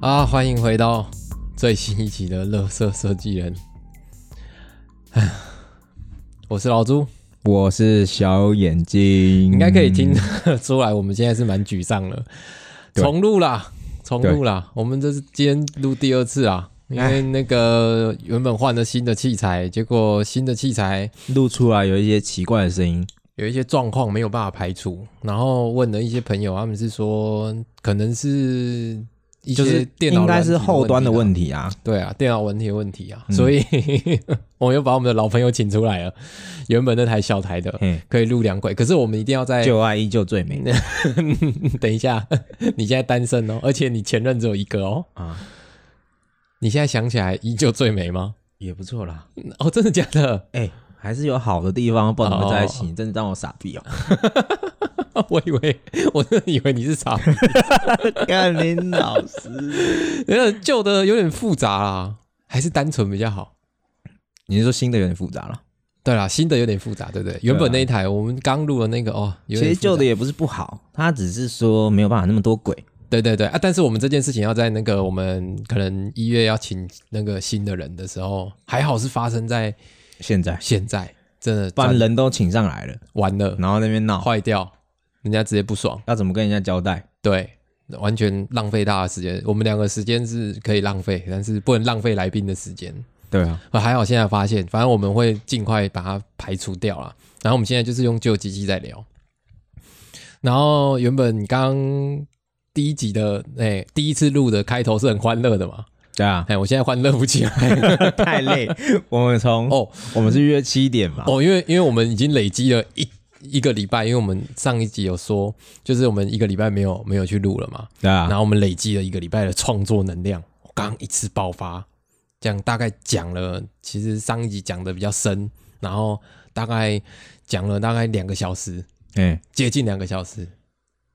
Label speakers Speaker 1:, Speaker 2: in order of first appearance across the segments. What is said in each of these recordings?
Speaker 1: 啊，欢迎回到最新一期的《乐色设计人》唉。我是老朱，
Speaker 2: 我是小眼睛，
Speaker 1: 应该可以听得出来，我们现在是蛮沮丧的。
Speaker 2: 对
Speaker 1: 重录啦，重录啦，我们这是今天录第二次啊，因为那个原本换了新的器材，结果新的器材
Speaker 2: 录出来有一些奇怪的声音。
Speaker 1: 有一些状况没有办法排除，然后问了一些朋友，他们是说可能是。一
Speaker 2: 就
Speaker 1: 些
Speaker 2: 是
Speaker 1: 电脑
Speaker 2: 应该
Speaker 1: 软体
Speaker 2: 是后端的
Speaker 1: 问题啊
Speaker 2: 问题啊，
Speaker 1: 对啊，电脑文体的问题啊，所以 我又把我们的老朋友请出来了。原本那台小台的
Speaker 2: 嗯，
Speaker 1: 可以录两轨，可是我们一定要在
Speaker 2: 旧爱依旧最 美
Speaker 1: 等一下， 你现在单身哦，而且你前任只有一个哦。
Speaker 2: 啊，
Speaker 1: 你现在想起来依旧最美吗？
Speaker 2: 也不错啦。
Speaker 1: 哦，真的假的？
Speaker 2: 哎、还是有好的地方，不然怎么会在一
Speaker 1: 哦
Speaker 2: 起？你真的当我傻 逼哦！
Speaker 1: 我以为我真的以为你是傻 逼，
Speaker 2: 干林老师，
Speaker 1: 呃，旧的有点复杂啦，还是单纯比较好。
Speaker 2: 你是说新的有点复杂了？
Speaker 1: 对啦，新的有点复杂，对不对？原本那一台我们刚录的那个哦，有
Speaker 2: 其
Speaker 1: 点
Speaker 2: 实
Speaker 1: 复杂
Speaker 2: 旧的也不是不好，他只是说没有办法那么多鬼。
Speaker 1: 对对对啊！但是我们这件事情要在那个我们可能一月要请那个新的人的时候，还好是发生在
Speaker 2: 现在
Speaker 1: 现在，真的
Speaker 2: 把
Speaker 1: 完
Speaker 2: 人都请上来了，
Speaker 1: 完了，
Speaker 2: 然后那边闹，
Speaker 1: 坏掉，人家直接不爽，
Speaker 2: 要怎么跟人家交代？
Speaker 1: 对，完全浪费大家的时间。我们两个时间是可以浪费，但是不能浪费来宾的时间。
Speaker 2: 对啊，
Speaker 1: 啊还好现在发现，反正我们会尽快把它排除掉啦。然后我们现在就是用旧机器在聊。然后原本刚第一集的哎、第一次录的开头是很欢乐的嘛，
Speaker 2: 对 啊，
Speaker 1: 哎，我现在欢乐不起来
Speaker 2: 太累。我们从
Speaker 1: 哦
Speaker 2: 我们是约七点嘛，
Speaker 1: 哦，因为因为我们已经累积了一一个礼拜，因为我们上一集有说，就是我们一个礼拜没有没有去录了嘛，
Speaker 2: 对啊
Speaker 1: 然，后我们累积了一个礼拜的创作能量，我刚一次爆发，这样大概讲了，其实上一集讲的比较深，然后大概讲了大概两个小时，
Speaker 2: 哎，
Speaker 1: 接近两个小时，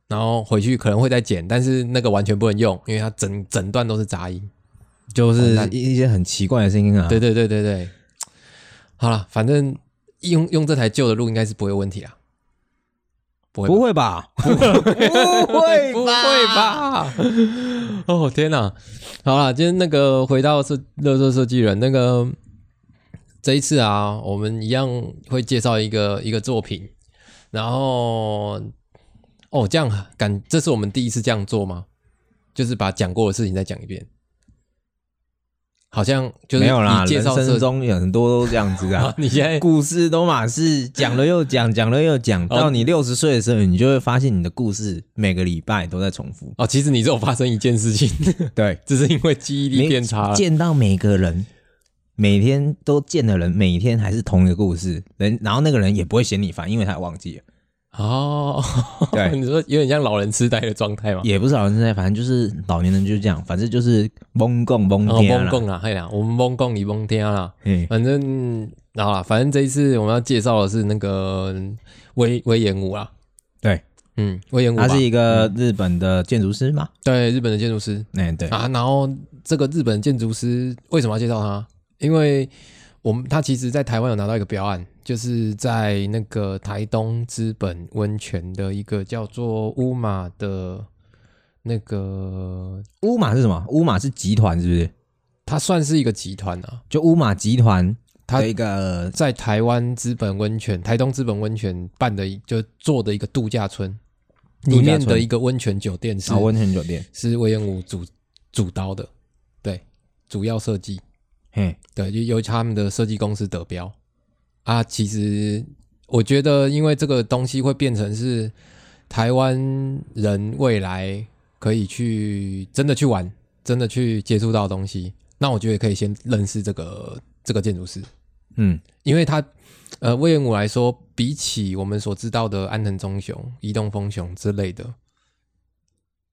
Speaker 1: 然后回去可能会再剪，但是那个完全不能用，因为它整整段都是杂音。哦
Speaker 2: 就是一一些很奇怪的声音啊。
Speaker 1: 对对对对对，好了，反正用用这台旧的路应该是不会有问题啊，不会吧
Speaker 2: 不会吧？不会
Speaker 1: 不会？吧？哦天哪！好了，今天那个回到设乐色设计人那个这一次啊，我们一样会介绍一个一个作品，然后哦这样感这是我们第一次这样做吗？就是把讲过的事情再讲一遍，好像就是
Speaker 2: 没有啦，
Speaker 1: 你介
Speaker 2: 人
Speaker 1: 绍设
Speaker 2: 生中有很多都这样子
Speaker 1: 啊
Speaker 2: 啊，。
Speaker 1: 你现在
Speaker 2: 故事都嘛是讲了又讲，讲了又
Speaker 1: 哦
Speaker 2: 讲，到你六十岁的时候，你就会发现你的故事每个礼拜都在重复。
Speaker 1: 哦，其实你只有发生一件事情，
Speaker 2: 对，
Speaker 1: 只是因为记忆力
Speaker 2: 你
Speaker 1: 变差了。
Speaker 2: 见到每个人，每天都见的人，每天还是同一个故事，人然后那个人也不会嫌你烦，因为他忘记了，
Speaker 1: 哦，
Speaker 2: 对
Speaker 1: 你说有点像老人痴呆的状态嘛？
Speaker 2: 也不是老人痴呆，反正就是老年人就是这样，反正就是懵共懵
Speaker 1: 然后
Speaker 2: 天啊
Speaker 1: 蒙
Speaker 2: 啦
Speaker 1: 哦共啦，嘿啦，我们蒙共你蒙天啦，
Speaker 2: 嗯
Speaker 1: 反正好啦，反正这一次我们要介绍的是那个威威严武啦，
Speaker 2: 对，
Speaker 1: 嗯，威严武吧
Speaker 2: 他是一个
Speaker 1: 嗯
Speaker 2: 日本的建筑师嘛，
Speaker 1: 对日本的建筑师
Speaker 2: 哎、对，
Speaker 1: 啊，然后这个日本建筑师为什么要介绍他？因为我们他其实在台湾有拿到一个标案，就是在那个台东资本温泉的一个叫做乌马的那个，
Speaker 2: 乌马是什么？乌马是集团是不是？
Speaker 1: 它算是一个集团啊，
Speaker 2: 就乌马集团
Speaker 1: 它
Speaker 2: 的一个
Speaker 1: 在台湾资本温泉、台东资本温泉办的一，就做的一个度假村，里面的一个温泉酒店是、
Speaker 2: 啊温泉酒店，
Speaker 1: 是魏延武主主刀的，对，主要设计，
Speaker 2: 嘿，
Speaker 1: 对，就由他们的设计公司得标啊。其实我觉得，因为这个东西会变成是台湾人未来可以去真的去玩、真的去接触到的东西，那我觉得可以先认识这个这个建筑师。
Speaker 2: 嗯，
Speaker 1: 因为他呃，魏延武来说，比起我们所知道的安藤忠雄、移动丰雄之类的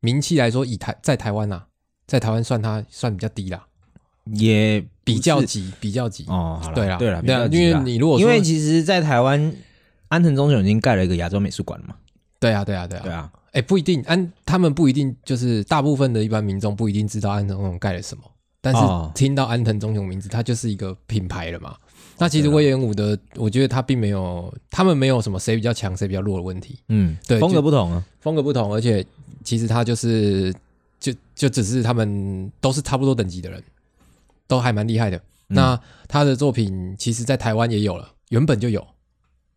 Speaker 1: 名气来说，以台在台湾啊，在台湾算他算比较低啦，
Speaker 2: 也不是
Speaker 1: 比较级比较级。
Speaker 2: 哦，好了，
Speaker 1: 对啦
Speaker 2: 啦，对
Speaker 1: 对啊
Speaker 2: 比较急啦
Speaker 1: 因为你如果说
Speaker 2: 因为其实，在台湾安藤忠雄已经盖了一个亚洲美术馆了嘛，
Speaker 1: 对啊，对啊，对啊，
Speaker 2: 对啊，
Speaker 1: 哎、不一定，安他们不一定就是大部分的一般民众不一定知道安藤忠雄盖了什么，但是
Speaker 2: 哦
Speaker 1: 听到安藤忠雄名字，它就是一个品牌了嘛。那其实
Speaker 2: 哦对啦啊
Speaker 1: 魏延武的，我觉得他并没有，他们没有什么谁比较强谁比较弱的问题，
Speaker 2: 嗯，
Speaker 1: 对
Speaker 2: 风
Speaker 1: 就
Speaker 2: 格不同啊，
Speaker 1: 风格不同，而且其实它就是就就只是他们都是差不多等级的人，都还蛮厉害的。那他的作品其实，在台湾也有了，原本就有。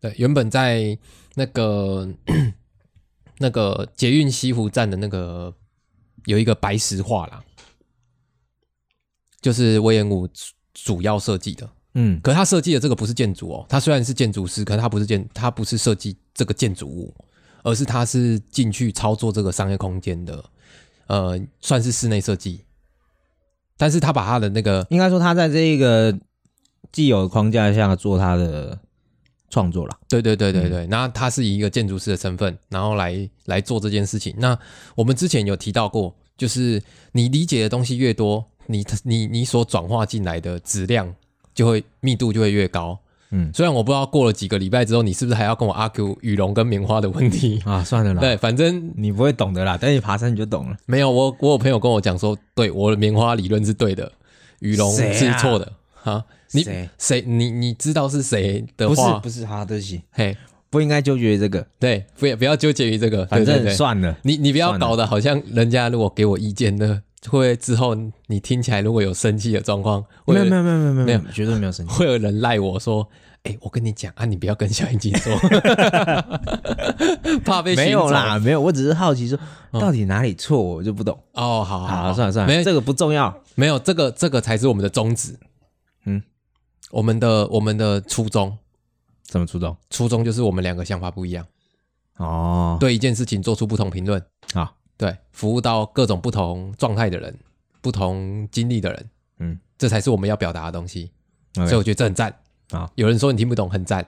Speaker 1: 对，原本在那个 那个捷运西湖站的那个有一个白石画廊，就是威严武主主要设计的。
Speaker 2: 嗯
Speaker 1: 可是他设计的这个不是建筑哦，他虽然是建筑师，可是他不是建，他不是设计这个建筑物，而是他是进去操作这个商业空间的，呃，算是室内设计。但是他把他的那个
Speaker 2: 应该说他在这一个既有框架下做他的创作了。
Speaker 1: 对对对
Speaker 2: 嗯
Speaker 1: 对对，那他是以一个建筑师的身份，然后来来做这件事情。那我们之前有提到过，就是你理解的东西越多，你你你所转化进来的质量就会密度就会越高。
Speaker 2: 嗯？
Speaker 1: 虽然我不知道过了几个礼拜之后，你是不是还要跟我 argue 羽绒跟棉花的问题
Speaker 2: 啊，算了啦，
Speaker 1: 对，反正
Speaker 2: 你不会懂的啦，但你爬山你就懂了。
Speaker 1: 没有我，我有朋友跟我讲说，对我的棉花理论是对的，羽绒
Speaker 2: 谁啊
Speaker 1: 是错的啊。你
Speaker 2: 谁
Speaker 1: 谁你你知道是谁的
Speaker 2: 不是
Speaker 1: 话，
Speaker 2: 不是，好，对不起，
Speaker 1: 嘿，
Speaker 2: 不应该纠结于这个，
Speaker 1: 对，不要不要纠结于这个，
Speaker 2: 反
Speaker 1: 对对
Speaker 2: 正
Speaker 1: 对
Speaker 2: 算了。
Speaker 1: 你你不要
Speaker 2: 算了
Speaker 1: 搞得好像人家如果给我意见的，会之后你听起来如果有生气的状况，会
Speaker 2: 没有没有没有没有没有
Speaker 1: 没有，
Speaker 2: 绝对没有生气。
Speaker 1: 会有人赖我说，哎、我跟你讲啊，你不要跟小眼睛 说，怕被
Speaker 2: 没
Speaker 1: 寻
Speaker 2: 有
Speaker 1: 仇
Speaker 2: 啦，没有，我只是好奇说到底哪里错，我就不懂。
Speaker 1: 哦，好好
Speaker 2: 好，算了算
Speaker 1: 没
Speaker 2: 了，
Speaker 1: 这
Speaker 2: 这个不重要。
Speaker 1: 没有这个这个才是我们的宗旨，
Speaker 2: 嗯，
Speaker 1: 我们的我们的初衷，
Speaker 2: 怎么出动？
Speaker 1: 初衷就是我们两个想法不一样，
Speaker 2: 哦，
Speaker 1: 对一件事情做出不同评论，
Speaker 2: 好，
Speaker 1: 对，服务到各种不同状态的人，不同经历的人，
Speaker 2: 嗯，
Speaker 1: 这才是我们要表达的东西。
Speaker 2: OK
Speaker 1: 所以我觉得这很赞。
Speaker 2: 好，
Speaker 1: 有人说你听不懂，很赞；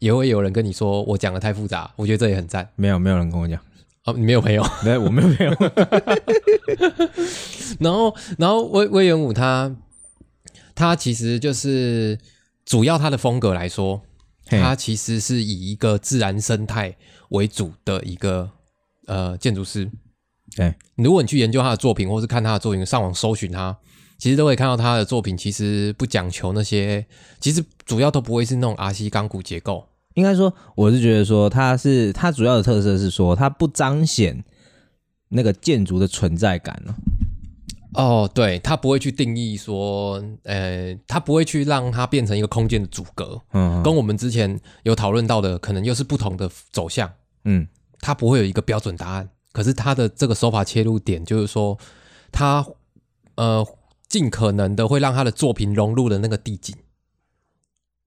Speaker 1: 也会有人跟你说我讲的太复杂，我觉得这也很赞。
Speaker 2: 没有没有人跟我 讲，
Speaker 1: 哦，你没有朋友。
Speaker 2: 对，我没有 朋友。
Speaker 1: 然后，然后魏魏元武他他其实就是主要他的风格来说，
Speaker 2: 嘿
Speaker 1: 他其实是以一个自然生态为主的一个呃建筑师。
Speaker 2: 对，
Speaker 1: 如果你去研究他的作品，或是看他的作品，上网搜寻他，其实都会看到他的作品其实不讲求那些，其实主要都不会是那种阿西钢骨结构。
Speaker 2: 应该说，我是觉得说，它是它主要的特色是说，它不彰显那个建筑的存在感哦。
Speaker 1: 哦，对，他不会去定义说，呃，他不会去让它变成一个空间的阻隔，
Speaker 2: 嗯
Speaker 1: 跟我们之前有讨论到的，可能又是不同的走向。
Speaker 2: 嗯
Speaker 1: 它不会有一个标准答案，可是它的这个手法切入点就是说，它呃尽可能的会让他的作品融入了那个地景，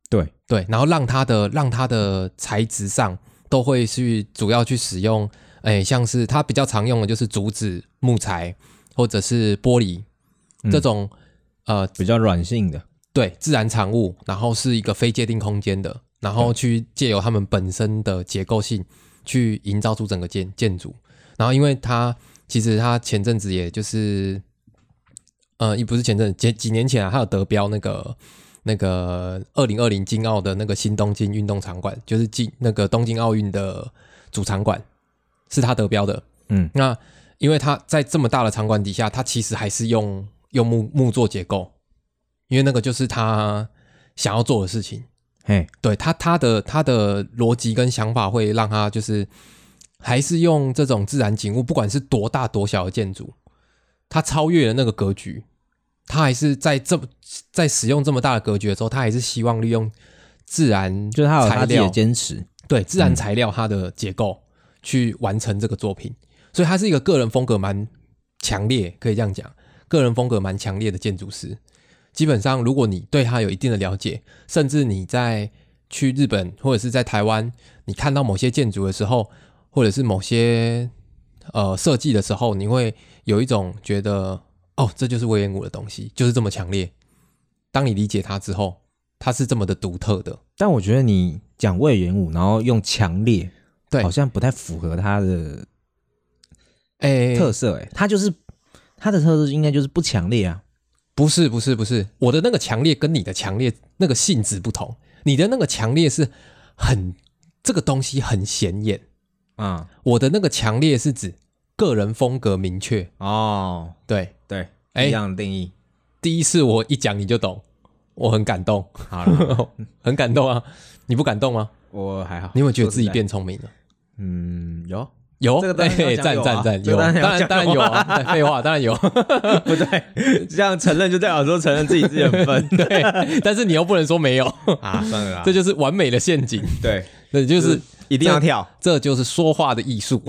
Speaker 2: 对，
Speaker 1: 对，然后让它的让它的材质上都会去主要去使用，哎，像是它比较常用的就是竹子、木材或者是玻璃这种、呃
Speaker 2: 比较软性的，
Speaker 1: 对自然产物，然后是一个非界定空间的，然后去借由它们本身的结构性去营造出整个建建筑。然后，因为它其实它前阵子也就是，呃，也不是前阵子几几年前啊，它有得标那个那个二零二零金奥的那个新东京运动场馆，就是进那个东京奥运的主场馆，是它得标的。
Speaker 2: 嗯
Speaker 1: 那因为它在这么大的场馆底下，它其实还是用用木木做结构，因为那个就是他想要做的事情。
Speaker 2: 嘿，
Speaker 1: 对他他的他的逻辑跟想法会让他就是还是用这种自然景物，不管是多大多小的建筑，它超越了那个格局，他还是在这么在使用这么大的格局的时候，他还是希望利用自然
Speaker 2: 就是它有它
Speaker 1: 材
Speaker 2: 自己
Speaker 1: 料
Speaker 2: 的坚持。
Speaker 1: 对自然材料它的结构去完成这个作品，所以他是一个个人风格蛮强烈，可以这样讲，个人风格蛮强烈的建筑师。基本上，如果你对他有一定的了解，甚至你在去日本或者是在台湾，你看到某些建筑的时候，或者是某些呃设计的时候，你会有一种觉得哦，这就是威廉谷的东西，就是这么强烈。当你理解它之后，它是这么的独特的。
Speaker 2: 但我觉得你讲魏元武，然后用强烈，
Speaker 1: 对
Speaker 2: 好像不太符合它的
Speaker 1: 哎，
Speaker 2: 特色、欸。哎，它就是它的特色，应该就是不强烈啊。
Speaker 1: 不是不是不是，我的那个强烈跟你的强烈那个性质不同，你的那个强烈是很这个东西很显眼，
Speaker 2: 啊、
Speaker 1: 我的那个强烈是指个人风格明确。
Speaker 2: 哦，
Speaker 1: 对，
Speaker 2: 对，
Speaker 1: 哎
Speaker 2: 一样的定义。
Speaker 1: 第一次我一讲你就懂，我很感动，
Speaker 2: 好了，
Speaker 1: 很感动啊！你不感动吗？
Speaker 2: 我还好。
Speaker 1: 你有没有觉得自己
Speaker 2: 说实在？
Speaker 1: 变聪明了？
Speaker 2: 嗯，有。
Speaker 1: 有，
Speaker 2: 这个当然要
Speaker 1: 哎
Speaker 2: 讲有
Speaker 1: 赞赞
Speaker 2: 啊
Speaker 1: 赞，
Speaker 2: 这
Speaker 1: 有，
Speaker 2: 个
Speaker 1: 当
Speaker 2: 当然要
Speaker 1: 然
Speaker 2: 讲
Speaker 1: 当然有啊，对 废话当然有，
Speaker 2: 不对， 这样承认就代表说承认自己自己很笨
Speaker 1: 对，但是你又不能说没有，
Speaker 2: 啊，算了啦，
Speaker 1: 这就是完美的陷阱，
Speaker 2: 对，
Speaker 1: 对，就是
Speaker 2: 一定要跳。
Speaker 1: 这就是说话的艺术。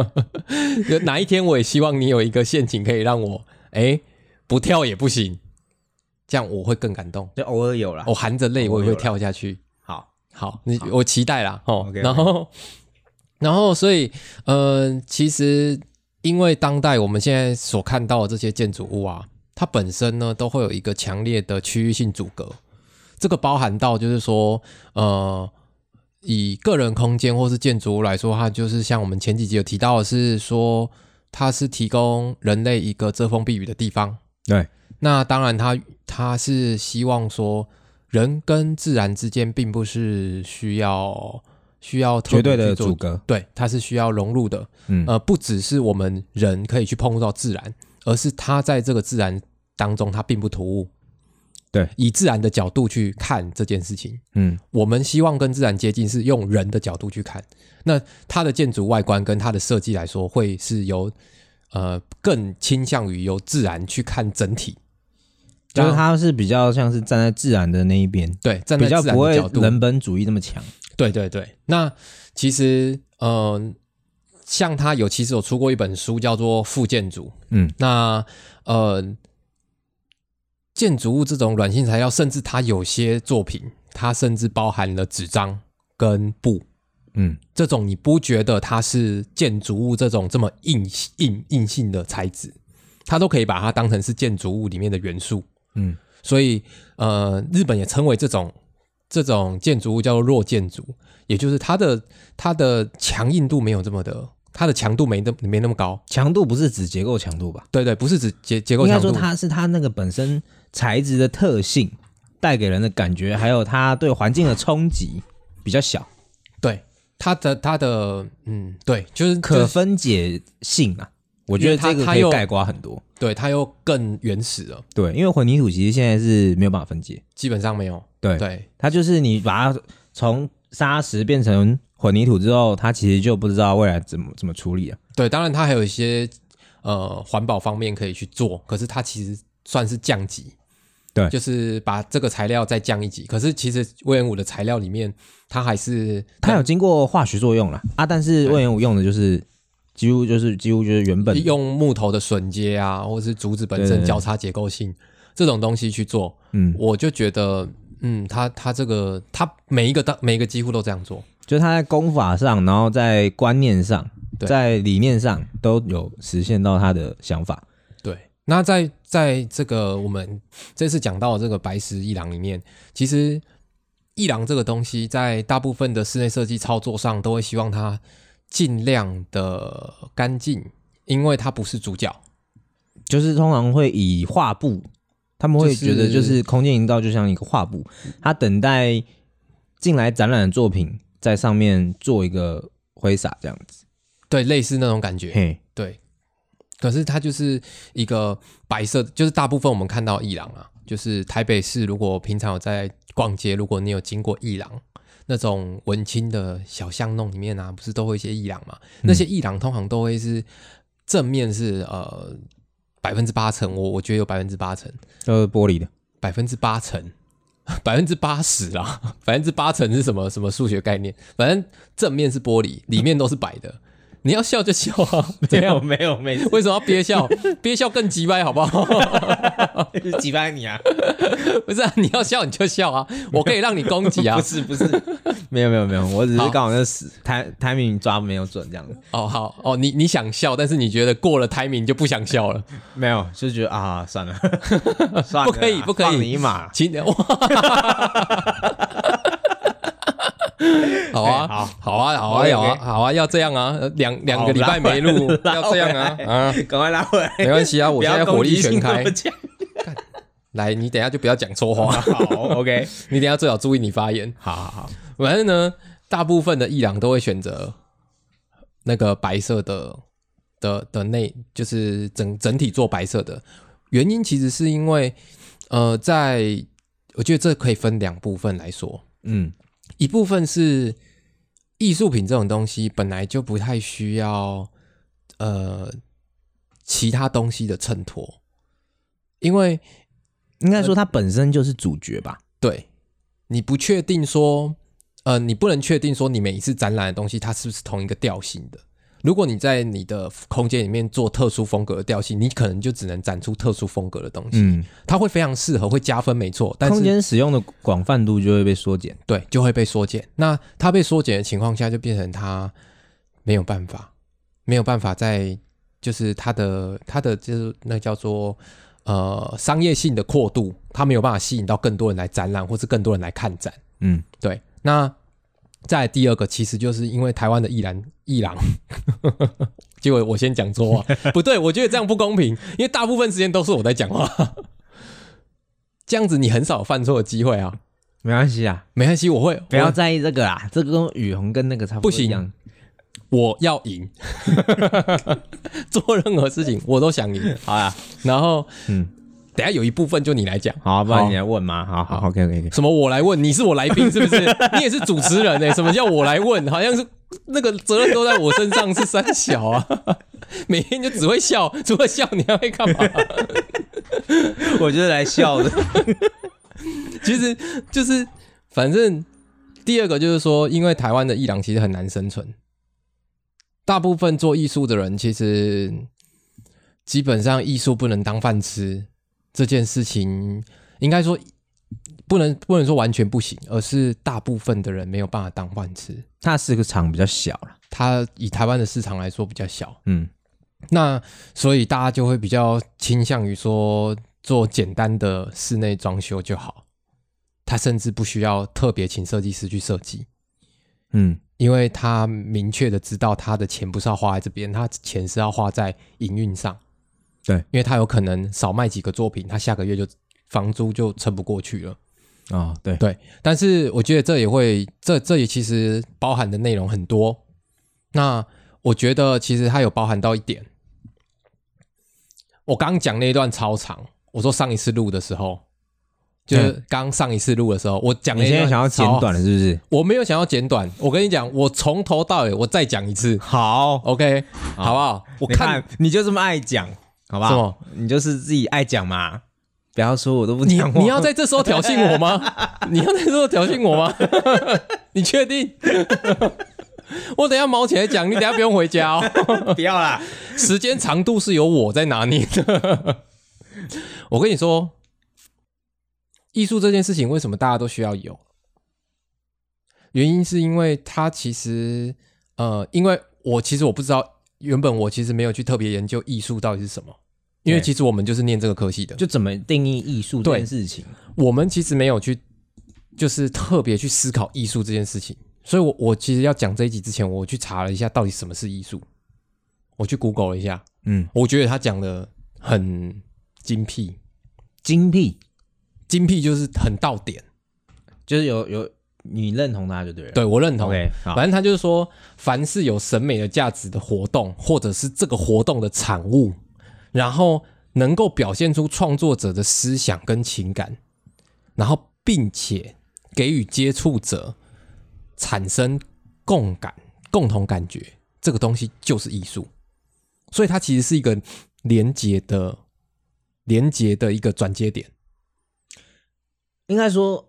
Speaker 1: 就哪一天我也希望你有一个陷阱可以让我，哎，不跳也不行，这样我会更感动。
Speaker 2: 就偶尔有啦。
Speaker 1: 我含着泪，
Speaker 2: 我
Speaker 1: 我也会啊
Speaker 2: 有了
Speaker 1: 跳下去。
Speaker 2: 好，
Speaker 1: 好，你我期待啦，哦。
Speaker 2: OK，OK
Speaker 1: 然后，然后，所以，嗯、其实因为当代我们现在所看到的这些建筑物啊，它本身呢都会有一个强烈的区域性阻隔，这个包含到就是说，呃。以个人空间或是建筑物来说，它就是像我们前几集有提到的是说，它是提供人类一个遮风避雨的地方。
Speaker 2: 对，
Speaker 1: 那当然他，他是希望说，人跟自然之间并不是需要需要特别
Speaker 2: 绝对的
Speaker 1: 去做
Speaker 2: 阻隔
Speaker 1: 对，它是需要融入的。
Speaker 2: 嗯
Speaker 1: 呃，不只是我们人可以去碰触到自然，而是它在这个自然当中，它并不突兀。
Speaker 2: 对，
Speaker 1: 以自然的角度去看这件事情，
Speaker 2: 嗯，
Speaker 1: 我们希望跟自然接近，是用人的角度去看。那它的建筑外观跟它的设计来说，会是由呃更倾向于由自然去看整体，
Speaker 2: 就是它是比较像是站在自然的那一边，
Speaker 1: 对站在
Speaker 2: 比较
Speaker 1: 自然
Speaker 2: 不会
Speaker 1: 的角度，
Speaker 2: 人本主义那么强。
Speaker 1: 对对对。那其实呃，像他有其实有出过一本书叫做《副建筑》，
Speaker 2: 嗯，
Speaker 1: 那呃，建筑物这种软性材料，甚至它有些作品，它甚至包含了纸张跟布。
Speaker 2: 嗯，
Speaker 1: 这种你不觉得它是建筑物这种这么硬硬硬性的材质，它都可以把它当成是建筑物里面的元素。
Speaker 2: 嗯，
Speaker 1: 所以呃，日本也称为这种这种建筑物叫做弱建筑，也就是它的它的强硬度没有这么的，它的强度没那没那么高。
Speaker 2: 强度不是指结构强度吧？
Speaker 1: 对对，不是指结结构
Speaker 2: 应该
Speaker 1: 强
Speaker 2: 说
Speaker 1: 度，
Speaker 2: 它是它那个本身材质的特性带给人的感觉，还有它对环境的冲击比较小，
Speaker 1: 对它的它的嗯，对，就是
Speaker 2: 可
Speaker 1: 就是
Speaker 2: 分解性啊，我觉
Speaker 1: 因为
Speaker 2: 得
Speaker 1: 它
Speaker 2: 这个
Speaker 1: 它
Speaker 2: 可以
Speaker 1: 又
Speaker 2: 概括很多。
Speaker 1: 对它又更原始了，
Speaker 2: 对，因为混凝土其实现在是没有办法分解，
Speaker 1: 基本上没有。
Speaker 2: 对
Speaker 1: 对
Speaker 2: 它就是你把它从砂石变成混凝土之后，它其实就不知道未来怎么怎么处理了。啊
Speaker 1: 对，当然它还有一些呃环保方面可以去做，可是它其实算是降级，
Speaker 2: 对
Speaker 1: 就是把这个材料再降一级。可是其实魏延武的材料里面，它还是
Speaker 2: 它有经过化学作用了啊，但是魏延武用的就是几乎就是几乎就是原本的
Speaker 1: 用木头的榫接啊，或者是竹子本
Speaker 2: 对
Speaker 1: 身
Speaker 2: 对对
Speaker 1: 交叉结构性这种东西去做，
Speaker 2: 嗯，
Speaker 1: 我就觉得。嗯，它它这个它每一个当每一个几乎都这样做，
Speaker 2: 就是它在功法上，然后在观念上，
Speaker 1: 对
Speaker 2: 在理念上都有实现到他的想法。
Speaker 1: 对，那在在这个我们这次讲到的这个白石一郎里面，其实一郎这个东西在大部分的室内设计操作上，都会希望它尽量的干净，因为它不是主角。
Speaker 2: 就是通常会以画布，他们会
Speaker 1: 就是
Speaker 2: 觉得就是空间营造就像一个画布，他等待进来展览的作品在上面做一个挥洒这样子。
Speaker 1: 对，类似那种感觉，
Speaker 2: 嘿，
Speaker 1: 对。可是它就是一个白色，就是大部分我们看到一郎啊，就是台北市，如果平常有在逛街，如果你有经过一郎那种文青的小巷弄里面啊，不是都会有一些一郎嘛？那些一郎通常都会是正面是呃百分之八成，我我觉得有百分之八成，
Speaker 2: 都是玻璃 的，
Speaker 1: 百分之八成，百分之八十啊，百分之八成是什么什么数学概念？反正正面是玻璃，里面都是白的。你要笑就笑啊，对啊，
Speaker 2: 没有没有，
Speaker 1: 为什么要憋笑？憋笑更鸡掰，好不好？
Speaker 2: 击败你啊！
Speaker 1: 不是、啊，你要笑你就笑啊，我可以让你攻击啊
Speaker 2: 不。是不是，没有没有没有，我只是
Speaker 1: 好
Speaker 2: 刚好那时 time timing 抓没有准这样子，
Speaker 1: 哦，好，哦，你你想笑，但是你觉得过了 timing 你就不想笑了，
Speaker 2: 没有就觉得啊算 了，算了啦，
Speaker 1: 不可以不可以
Speaker 2: 放你一马。
Speaker 1: 请哇。 好啊，
Speaker 2: 哎好
Speaker 1: 好啊，好啊，
Speaker 2: OK，OK
Speaker 1: 好啊，好啊，要这样啊，呃两两个礼拜
Speaker 2: 好拉回
Speaker 1: 没
Speaker 2: 来
Speaker 1: 录，
Speaker 2: 拉
Speaker 1: 要这样啊
Speaker 2: 回，来
Speaker 1: 啊，
Speaker 2: 赶快拉回 来，
Speaker 1: 没关系啊，我
Speaker 2: 不
Speaker 1: 现
Speaker 2: 要
Speaker 1: 在火力全开
Speaker 2: 攻击。性那么
Speaker 1: 来，你等一下就不要讲错 话，
Speaker 2: 强好，OK，
Speaker 1: 你等一下最好注意你发言。
Speaker 2: 好好好，
Speaker 1: 反正呢，大部分的伊朗都会选择那个白色的的的内，就是整整体做白色的。原因其实是因为，呃，在我觉得这可以分两部分来说，
Speaker 2: 嗯
Speaker 1: 一部分是艺术品这种东西本来就不太需要呃其他东西的衬托，因为
Speaker 2: 应该说它本身就是主角吧。
Speaker 1: 对你不确定说，呃，你不能确定说你每一次展览的东西它是不是同一个调性的。如果你在你的空间里面做特殊风格的调性，你可能就只能展出特殊风格的东西，
Speaker 2: 嗯，
Speaker 1: 它会非常适合，会加分，没错。但
Speaker 2: 空
Speaker 1: 是
Speaker 2: 间使用的广泛度就会被缩减。
Speaker 1: 对，就会被缩减。那它被缩减的情况下，就变成它没有办法，没有办法在就是它的它的就是那叫做呃商业性的扩度，它没有办法吸引到更多人来展览，或是更多人来看展。
Speaker 2: 嗯，
Speaker 1: 对，那再来第二个，其实就是因为台湾的艺兰艺廊， 结果我先讲错 话，不对，我觉得这样不公平，因为大部分时间都是我在讲话，这样子你很少犯错的机会啊。
Speaker 2: 没关系啊，
Speaker 1: 没关系，我会
Speaker 2: 不要在意这个啦，这个跟雨虹跟那个差不
Speaker 1: 不
Speaker 2: 多一
Speaker 1: 行
Speaker 2: 样。
Speaker 1: 我要 赢，做任何事情我都想赢。
Speaker 2: 好啦，
Speaker 1: 然后，
Speaker 2: 嗯
Speaker 1: 嗯，等一下有一部分就你来讲，
Speaker 2: 好，不然
Speaker 1: 好
Speaker 2: 你来问嘛。好好，OK OK OK。
Speaker 1: 什么我来问，你是我来宾是不是？你也是主持人呢、欸什么叫我来问？好像是那个责任都在我身上，是三小啊。 每天就只会笑，除了笑你还会干嘛？
Speaker 2: 我就是来笑的。
Speaker 1: 其实就是，反正第二个就是说，因为台湾的艺廊其实很难生存，大部分做艺术的人其实基本上艺术不能当饭吃这件事情，应该说不能不能说完全不行，而是大部分的人没有办法当饭吃。
Speaker 2: 它是个场比较小啦，
Speaker 1: 它以台湾的市场来说比较小，
Speaker 2: 嗯，
Speaker 1: 那所以大家就会比较倾向于说做简单的室内装修就好，他甚至不需要特别请设计师去设计，
Speaker 2: 嗯，
Speaker 1: 因为他明确的知道他的钱不是要花在这边，他钱是要花在营运上。
Speaker 2: 对
Speaker 1: 因为他有可能少卖几个作品，他下个月就房租就撑不过去了。
Speaker 2: 哦，对，
Speaker 1: 对，但是我觉得这也会，这这也其实包含的内容很多。那我觉得其实它有包含到一点，我刚讲那一段超长，我说上一次录的时候，就是刚上一次录的时候，我讲那
Speaker 2: 你
Speaker 1: 一
Speaker 2: 现在
Speaker 1: 段
Speaker 2: 想要
Speaker 1: 超
Speaker 2: 剪短了，是不是？
Speaker 1: 我没有想要剪短，我跟你讲，我从头到尾我再讲一次
Speaker 2: 好，
Speaker 1: ，OK，好不好？我
Speaker 2: 我看你就这么爱讲，好吧？
Speaker 1: 什么？
Speaker 2: 你就是自己爱讲嘛，不要说我都不
Speaker 1: 你
Speaker 2: 讲话。
Speaker 1: 你要在这时候挑衅我吗？你要在这时候挑衅我吗？ 你确定？ 我等一下毛起来讲，你等一下不用回家哦。
Speaker 2: 不要啦？
Speaker 1: 时间长度是由我在拿捏的。 我跟你说，艺术这件事情为什么大家都需要有？原因是因为它其实，呃，因为我其实我不知道，原本我其实没有去特别研究艺术到底是什么，因为
Speaker 2: 对
Speaker 1: 其实我们就是念这个科系的，
Speaker 2: 就怎么定义艺术这件事情？
Speaker 1: 我们其实没有去，就是特别去思考艺术这件事情。所以我，我其实要讲这一集之前，我去查了一下到底什么是艺术，我去 Google 了一下，
Speaker 2: 嗯，
Speaker 1: 我觉得他讲的很精辟，
Speaker 2: 精辟，
Speaker 1: 精辟就是很到点，
Speaker 2: 就是有有你认同他就对了。
Speaker 1: 对我认同。
Speaker 2: ，OK，好，
Speaker 1: 反正他就是说，凡是有审美的价值的活动，或者是这个活动的产物，然后能够表现出创作者的思想跟情感，然后并且给予接触者产生共感、共同感觉，这个东西就是艺术。所以它其实是一个连接的、连接的一个转接点。
Speaker 2: 应该说，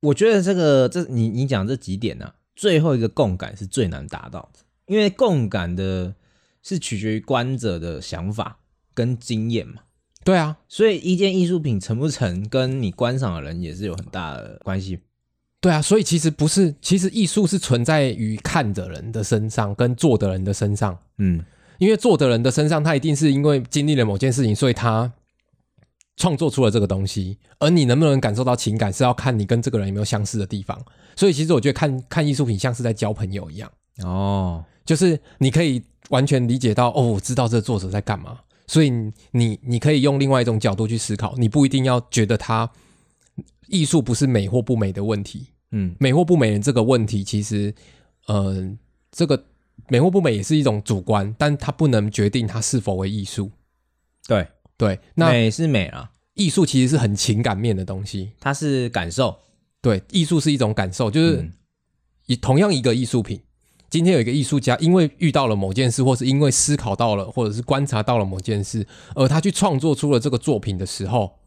Speaker 2: 我觉得这个这你你讲这几点呢、啊，最后一个共感是最难达到的，因为共感的是取决于观者的想法跟经验嘛。
Speaker 1: 对啊，
Speaker 2: 所以一件艺术品成不成，跟你观赏的人也是有很大的关系。
Speaker 1: 对啊，所以其实不是，其实艺术是存在于看的人的身上跟做的人的身上，
Speaker 2: 嗯，
Speaker 1: 因为做的人的身上，他一定是因为经历了某件事情，所以他创作出了这个东西。而你能不能感受到情感，是要看你跟这个人有没有相似的地方。所以其实我觉得看看艺术品像是在交朋友一样，
Speaker 2: 哦，
Speaker 1: 就是你可以完全理解到哦，我知道这个作者在干嘛，所以你你你可以用另外一种角度去思考，你不一定要觉得他艺术不是美或不美的问题，
Speaker 2: 嗯，
Speaker 1: 美或不美这个问题，其实，呃，这个美或不美也是一种主观，但它不能决定它是否为艺术。
Speaker 2: 对，
Speaker 1: 对，那
Speaker 2: 美是美啊，
Speaker 1: 艺术其实是很情感面的东西。
Speaker 2: 它是感受，
Speaker 1: 对，艺术是一种感受，就是
Speaker 2: 嗯
Speaker 1: 以同样一个艺术品，今天有一个艺术家因为遇到了某件事，或是因为思考到了，或者是观察到了某件事，而他去创作出了这个作品的时候，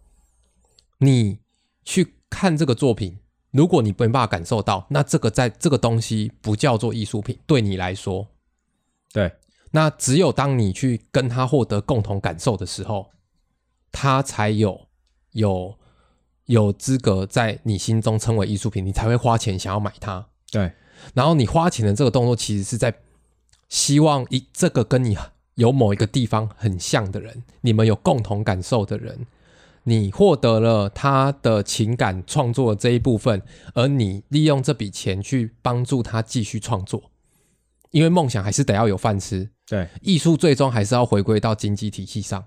Speaker 1: 你去看这个作品，如果你没办法感受到，那这个在这个东西不叫做艺术品，对你来说，
Speaker 2: 对，
Speaker 1: 那只有当你去跟他获得共同感受的时候，他才有有有资格在你心中称为艺术品，你才会花钱想要买它。
Speaker 2: 对，
Speaker 1: 然后你花钱的这个动作，其实是在希望一这个跟你有某一个地方很像的人，你们有共同感受的人，你获得了他的情感创作的这一部分，而你利用这笔钱去帮助他继续创作，因为梦想还是得要有饭吃，
Speaker 2: 对，
Speaker 1: 艺术最终还是要回归到经济体系上。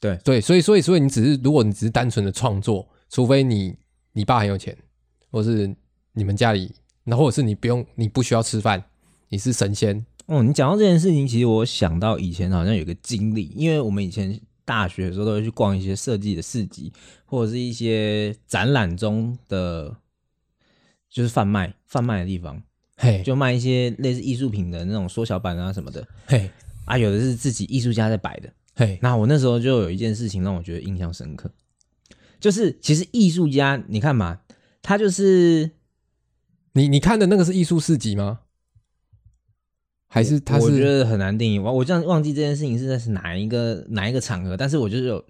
Speaker 2: 对
Speaker 1: 对，所以所以所以你只是如果你只是单纯的创作，除非你你爸很有钱，或是你们家里，那或者是你不用你不需要吃饭，你是神仙，
Speaker 2: 哦，你讲到这件事情，其实我想到以前好像有个经历，因为我们以前大学的时候都会去逛一些设计的市集，或者是一些展览中的，就是贩卖贩卖的地方，
Speaker 1: 嘿
Speaker 2: 就卖一些类似艺术品的那种缩小版啊什么的，
Speaker 1: 嘿
Speaker 2: 啊，有的是自己艺术家在摆的。
Speaker 1: 嘿，
Speaker 2: 那我那时候就有一件事情让我觉得印象深刻，就是其实艺术家，你看嘛，他就是
Speaker 1: 你你看的那个是艺术市集吗？还是他
Speaker 2: 我觉
Speaker 1: 是
Speaker 2: 得很难定义。我我这样忘记这件事情是在是哪一个哪一个场合，但是我就是有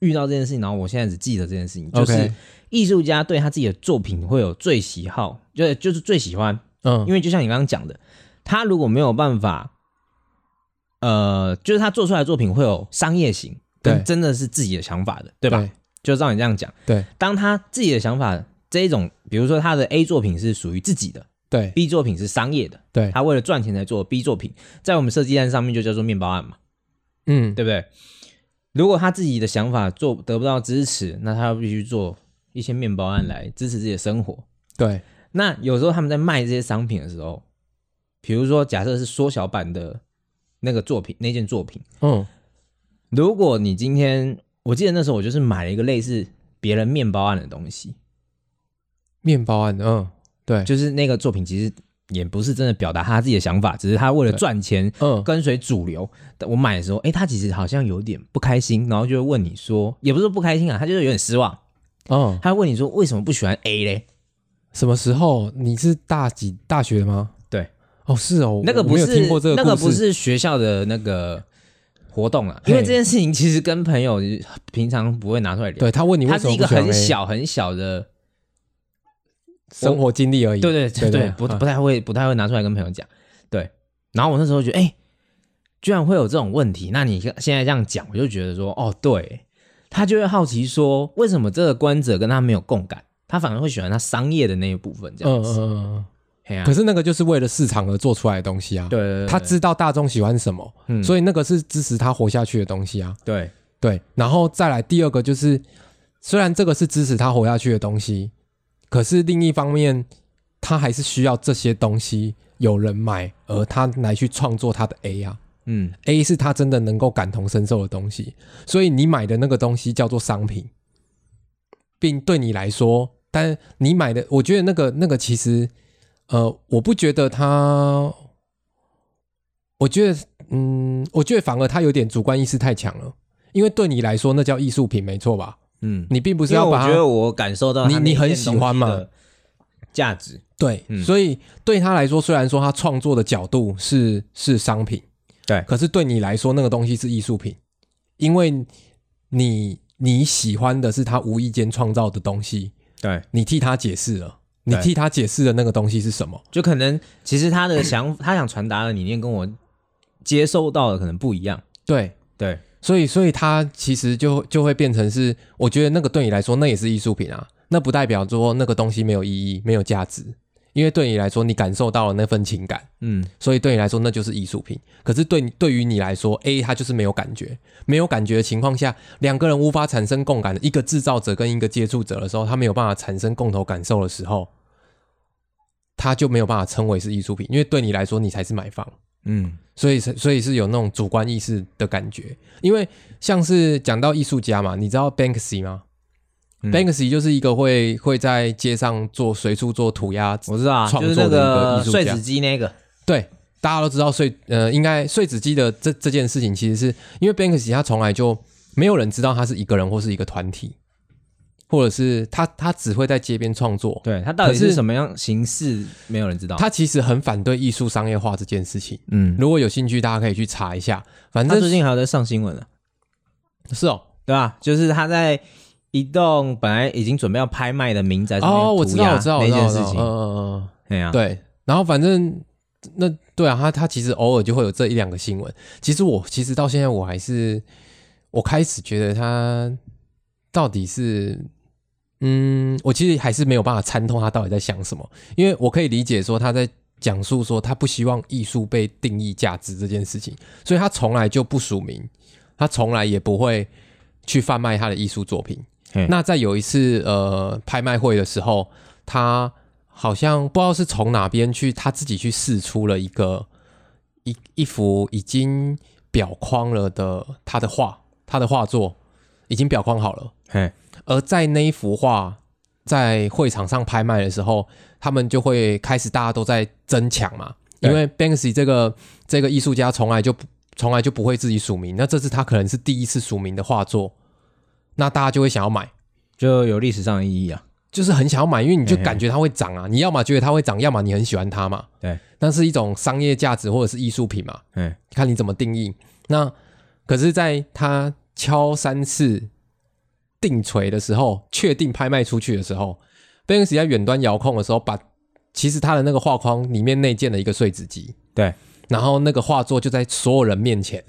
Speaker 2: 遇到这件事情，然后我现在只记得这件事情，就
Speaker 1: OK
Speaker 2: 是艺术家对他自己的作品会有最喜好，就是就是最喜欢，
Speaker 1: 嗯
Speaker 2: 因为就像你刚刚讲的，他如果没有办法，呃，就是他做出来的作品会有商业型，
Speaker 1: 对
Speaker 2: 跟真的是自己的想法的，对吧？就照你这样讲，
Speaker 1: 对
Speaker 2: 当他自己的想法这一种，比如说他的 A 作品是属于自己的
Speaker 1: 对
Speaker 2: ，B 作品是商业的，
Speaker 1: 对对
Speaker 2: 他为了赚钱才做的 B 作品，在我们设计案上面就叫做面包案嘛，
Speaker 1: 嗯
Speaker 2: 对不对？如果他自己的想法做得不到支持，那他必须做一些面包案来支持自己的生活。
Speaker 1: 对
Speaker 2: 那有时候他们在卖这些商品的时候，比如说假设是缩小版的那个作品，那件作品，
Speaker 1: 嗯
Speaker 2: 如果你今天，我记得那时候我就是买了一个类似别人面包案的东西，
Speaker 1: 面包案嗯对
Speaker 2: 就是那个作品其实也不是真的表达他自己的想法，只是他为了赚钱
Speaker 1: 嗯
Speaker 2: 跟随主流。但我买的时候，哎、他其实好像有点不开心，然后就会问你说，也不是不开心啊，他就是有点失望，
Speaker 1: 嗯
Speaker 2: 他会问你说为什么不喜欢 A 嘞？
Speaker 1: 什么时候你是大几大学的吗？
Speaker 2: 对，
Speaker 1: 哦是哦，
Speaker 2: 那个
Speaker 1: 我
Speaker 2: 不
Speaker 1: 没
Speaker 2: 是
Speaker 1: 有听过这
Speaker 2: 那
Speaker 1: 故
Speaker 2: 个
Speaker 1: 事
Speaker 2: 不是学校的那个活动啊，因为
Speaker 1: 嘿
Speaker 2: 这件事情其实跟朋友平常不会拿出来聊，
Speaker 1: 对他问你为
Speaker 2: 它
Speaker 1: 什
Speaker 2: 是
Speaker 1: 么
Speaker 2: 一个
Speaker 1: 不喜欢
Speaker 2: 很
Speaker 1: A
Speaker 2: 小很小的。
Speaker 1: 生活经历而已。
Speaker 2: 对对对嗯
Speaker 1: 对
Speaker 2: 对，不
Speaker 1: 啊
Speaker 2: 不太会不太会拿出来跟朋友讲。对，然后我那时候觉得，哎、居然会有这种问题，那你现在这样讲，我就觉得说，哦，对，他就会好奇说，为什么这个观者跟他没有共感，他反而会喜欢他商业的那一部分这样
Speaker 1: 嗯
Speaker 2: 子。
Speaker 1: 嗯嗯
Speaker 2: 嘿
Speaker 1: 嗯。
Speaker 2: 啊
Speaker 1: 可是那个就是为了市场而做出来的东西啊。
Speaker 2: 对对对，
Speaker 1: 他知道大众喜欢什么，
Speaker 2: 嗯
Speaker 1: 所以那个是支持他活下去的东西啊。
Speaker 2: 对
Speaker 1: 对，然后再来第二个就是，虽然这个是支持他活下去的东西，可是另一方面，他还是需要这些东西有人买，而他来去创作他的 A 啊。
Speaker 2: 嗯
Speaker 1: A 是他真的能够感同身受的东西，所以你买的那个东西叫做商品，并对你来说，但你买的，我觉得那个那个其实，呃，我不觉得他，我觉得，嗯，我觉得反而他有点主观意识太强了，因为对你来说那叫艺术品，没错吧？
Speaker 2: 嗯，
Speaker 1: 你并不
Speaker 2: 不
Speaker 1: 是要
Speaker 2: 我
Speaker 1: 把
Speaker 2: 觉
Speaker 1: 它
Speaker 2: 得我感受到
Speaker 1: 你
Speaker 2: 他那
Speaker 1: 你很
Speaker 2: 件
Speaker 1: 喜
Speaker 2: 东西
Speaker 1: 欢嘛
Speaker 2: 的价值，
Speaker 1: 对，
Speaker 2: 嗯
Speaker 1: 所以对他来说，虽然说他创作的角度是是商品，
Speaker 2: 对
Speaker 1: 可是对你来说，那个东西是艺术品，因为你你喜欢的是他无意间创造的东西，
Speaker 2: 对，
Speaker 1: 你替他解释了，你
Speaker 2: 对
Speaker 1: 替他解释的那个东西是什么？
Speaker 2: 就可能其实他的想他想传达的理念跟我接收到的可能不一样，
Speaker 1: 对，
Speaker 2: 对
Speaker 1: 所以所以他其实就就会变成是，我觉得那个对你来说，那也是艺术品啊，那不代表说那个东西没有意义、没有价值，因为对你来说，你感受到了那份情感。
Speaker 2: 嗯。
Speaker 1: 所以对你来说那就是艺术品。可是对你对于你来说，A 它就是没有感觉，没有感觉的情况下，两个人无法产生共感，一个制造者跟一个接触者的时候，他没有办法产生共同感受的时候，他就没有办法称为是艺术品，因为对你来说你才是买方。
Speaker 2: 嗯
Speaker 1: 所以是，所以是有那种主观意识的感觉，因为像是讲到艺术家嘛，你知道 Banksy 吗？
Speaker 2: 嗯
Speaker 1: Banksy 就是一个会会在街上做随处做涂鸦，
Speaker 2: 我知道啊，
Speaker 1: 创
Speaker 2: 就是
Speaker 1: 作
Speaker 2: 那
Speaker 1: 的一个艺术
Speaker 2: 碎
Speaker 1: 家
Speaker 2: 纸机那个，
Speaker 1: 对，大家都知道碎呃，应该碎纸机的这这件事情，其实是因为 Banksy 他从来就没有人知道他是一个人或是一个团体，或者是他他只会在街边创作。
Speaker 2: 对，它到底
Speaker 1: 可
Speaker 2: 是
Speaker 1: 是
Speaker 2: 什么样形式，没有人知道。
Speaker 1: 他其实很反对艺术商业化这件事情。
Speaker 2: 嗯，
Speaker 1: 如果有兴趣，大家可以去查一下。反
Speaker 2: 他最
Speaker 1: 正
Speaker 2: 近还有在上新闻了，啊
Speaker 1: 是哦，
Speaker 2: 对吧？就是他在一栋本来已经准备要拍卖的民宅上面
Speaker 1: 哦，我知道，我知道，我
Speaker 2: 那
Speaker 1: 知道，
Speaker 2: 件
Speaker 1: 我知道
Speaker 2: 事
Speaker 1: 嗯
Speaker 2: 情，
Speaker 1: 嗯嗯嗯。
Speaker 2: 哎呀，
Speaker 1: 对，然后反正那对啊，他他其实偶尔就会有这一两个新闻。其实我其实到现在我还是我开始觉得他到底是嗯，我其实还是没有办法参透他到底在想什么，因为我可以理解说他在。讲述说他不希望艺术被定义价值这件事情，所以他从来就不署名，他从来也不会去贩卖他的艺术作品。
Speaker 2: 嘿
Speaker 1: 那在有一次呃拍卖会的时候，他好像不知道是从哪边去，他自己去试出了一个一一幅已经裱框了的他的画，他的画作已经裱框好了。
Speaker 2: 嘿，
Speaker 1: 而在那一幅画在会场上拍卖的时候，他们就会开始大家都在争抢嘛，
Speaker 2: 对
Speaker 1: 因为 Banksy 这个这个艺术家从来就不从来就不会自己署名，那这次他可能是第一次署名的画作，那大家就会想要买。
Speaker 2: 就有历史上的意义啊。
Speaker 1: 就是很想要买，因为你就
Speaker 2: 嘿嘿
Speaker 1: 感觉它会涨啊，你要么觉得它会涨，要么你很喜欢它嘛。
Speaker 2: 对，
Speaker 1: 那是一种商业价值或者是艺术品嘛，
Speaker 2: 嗯，
Speaker 1: 看你怎么定义。那可是，在他敲三次定锤的时候，确定拍卖出去的时候，Banksy 在远端遥控的时候，把其实他的那个画框里面内建了一个碎纸机，
Speaker 2: 对，
Speaker 1: 然后那个画作就在所有人面前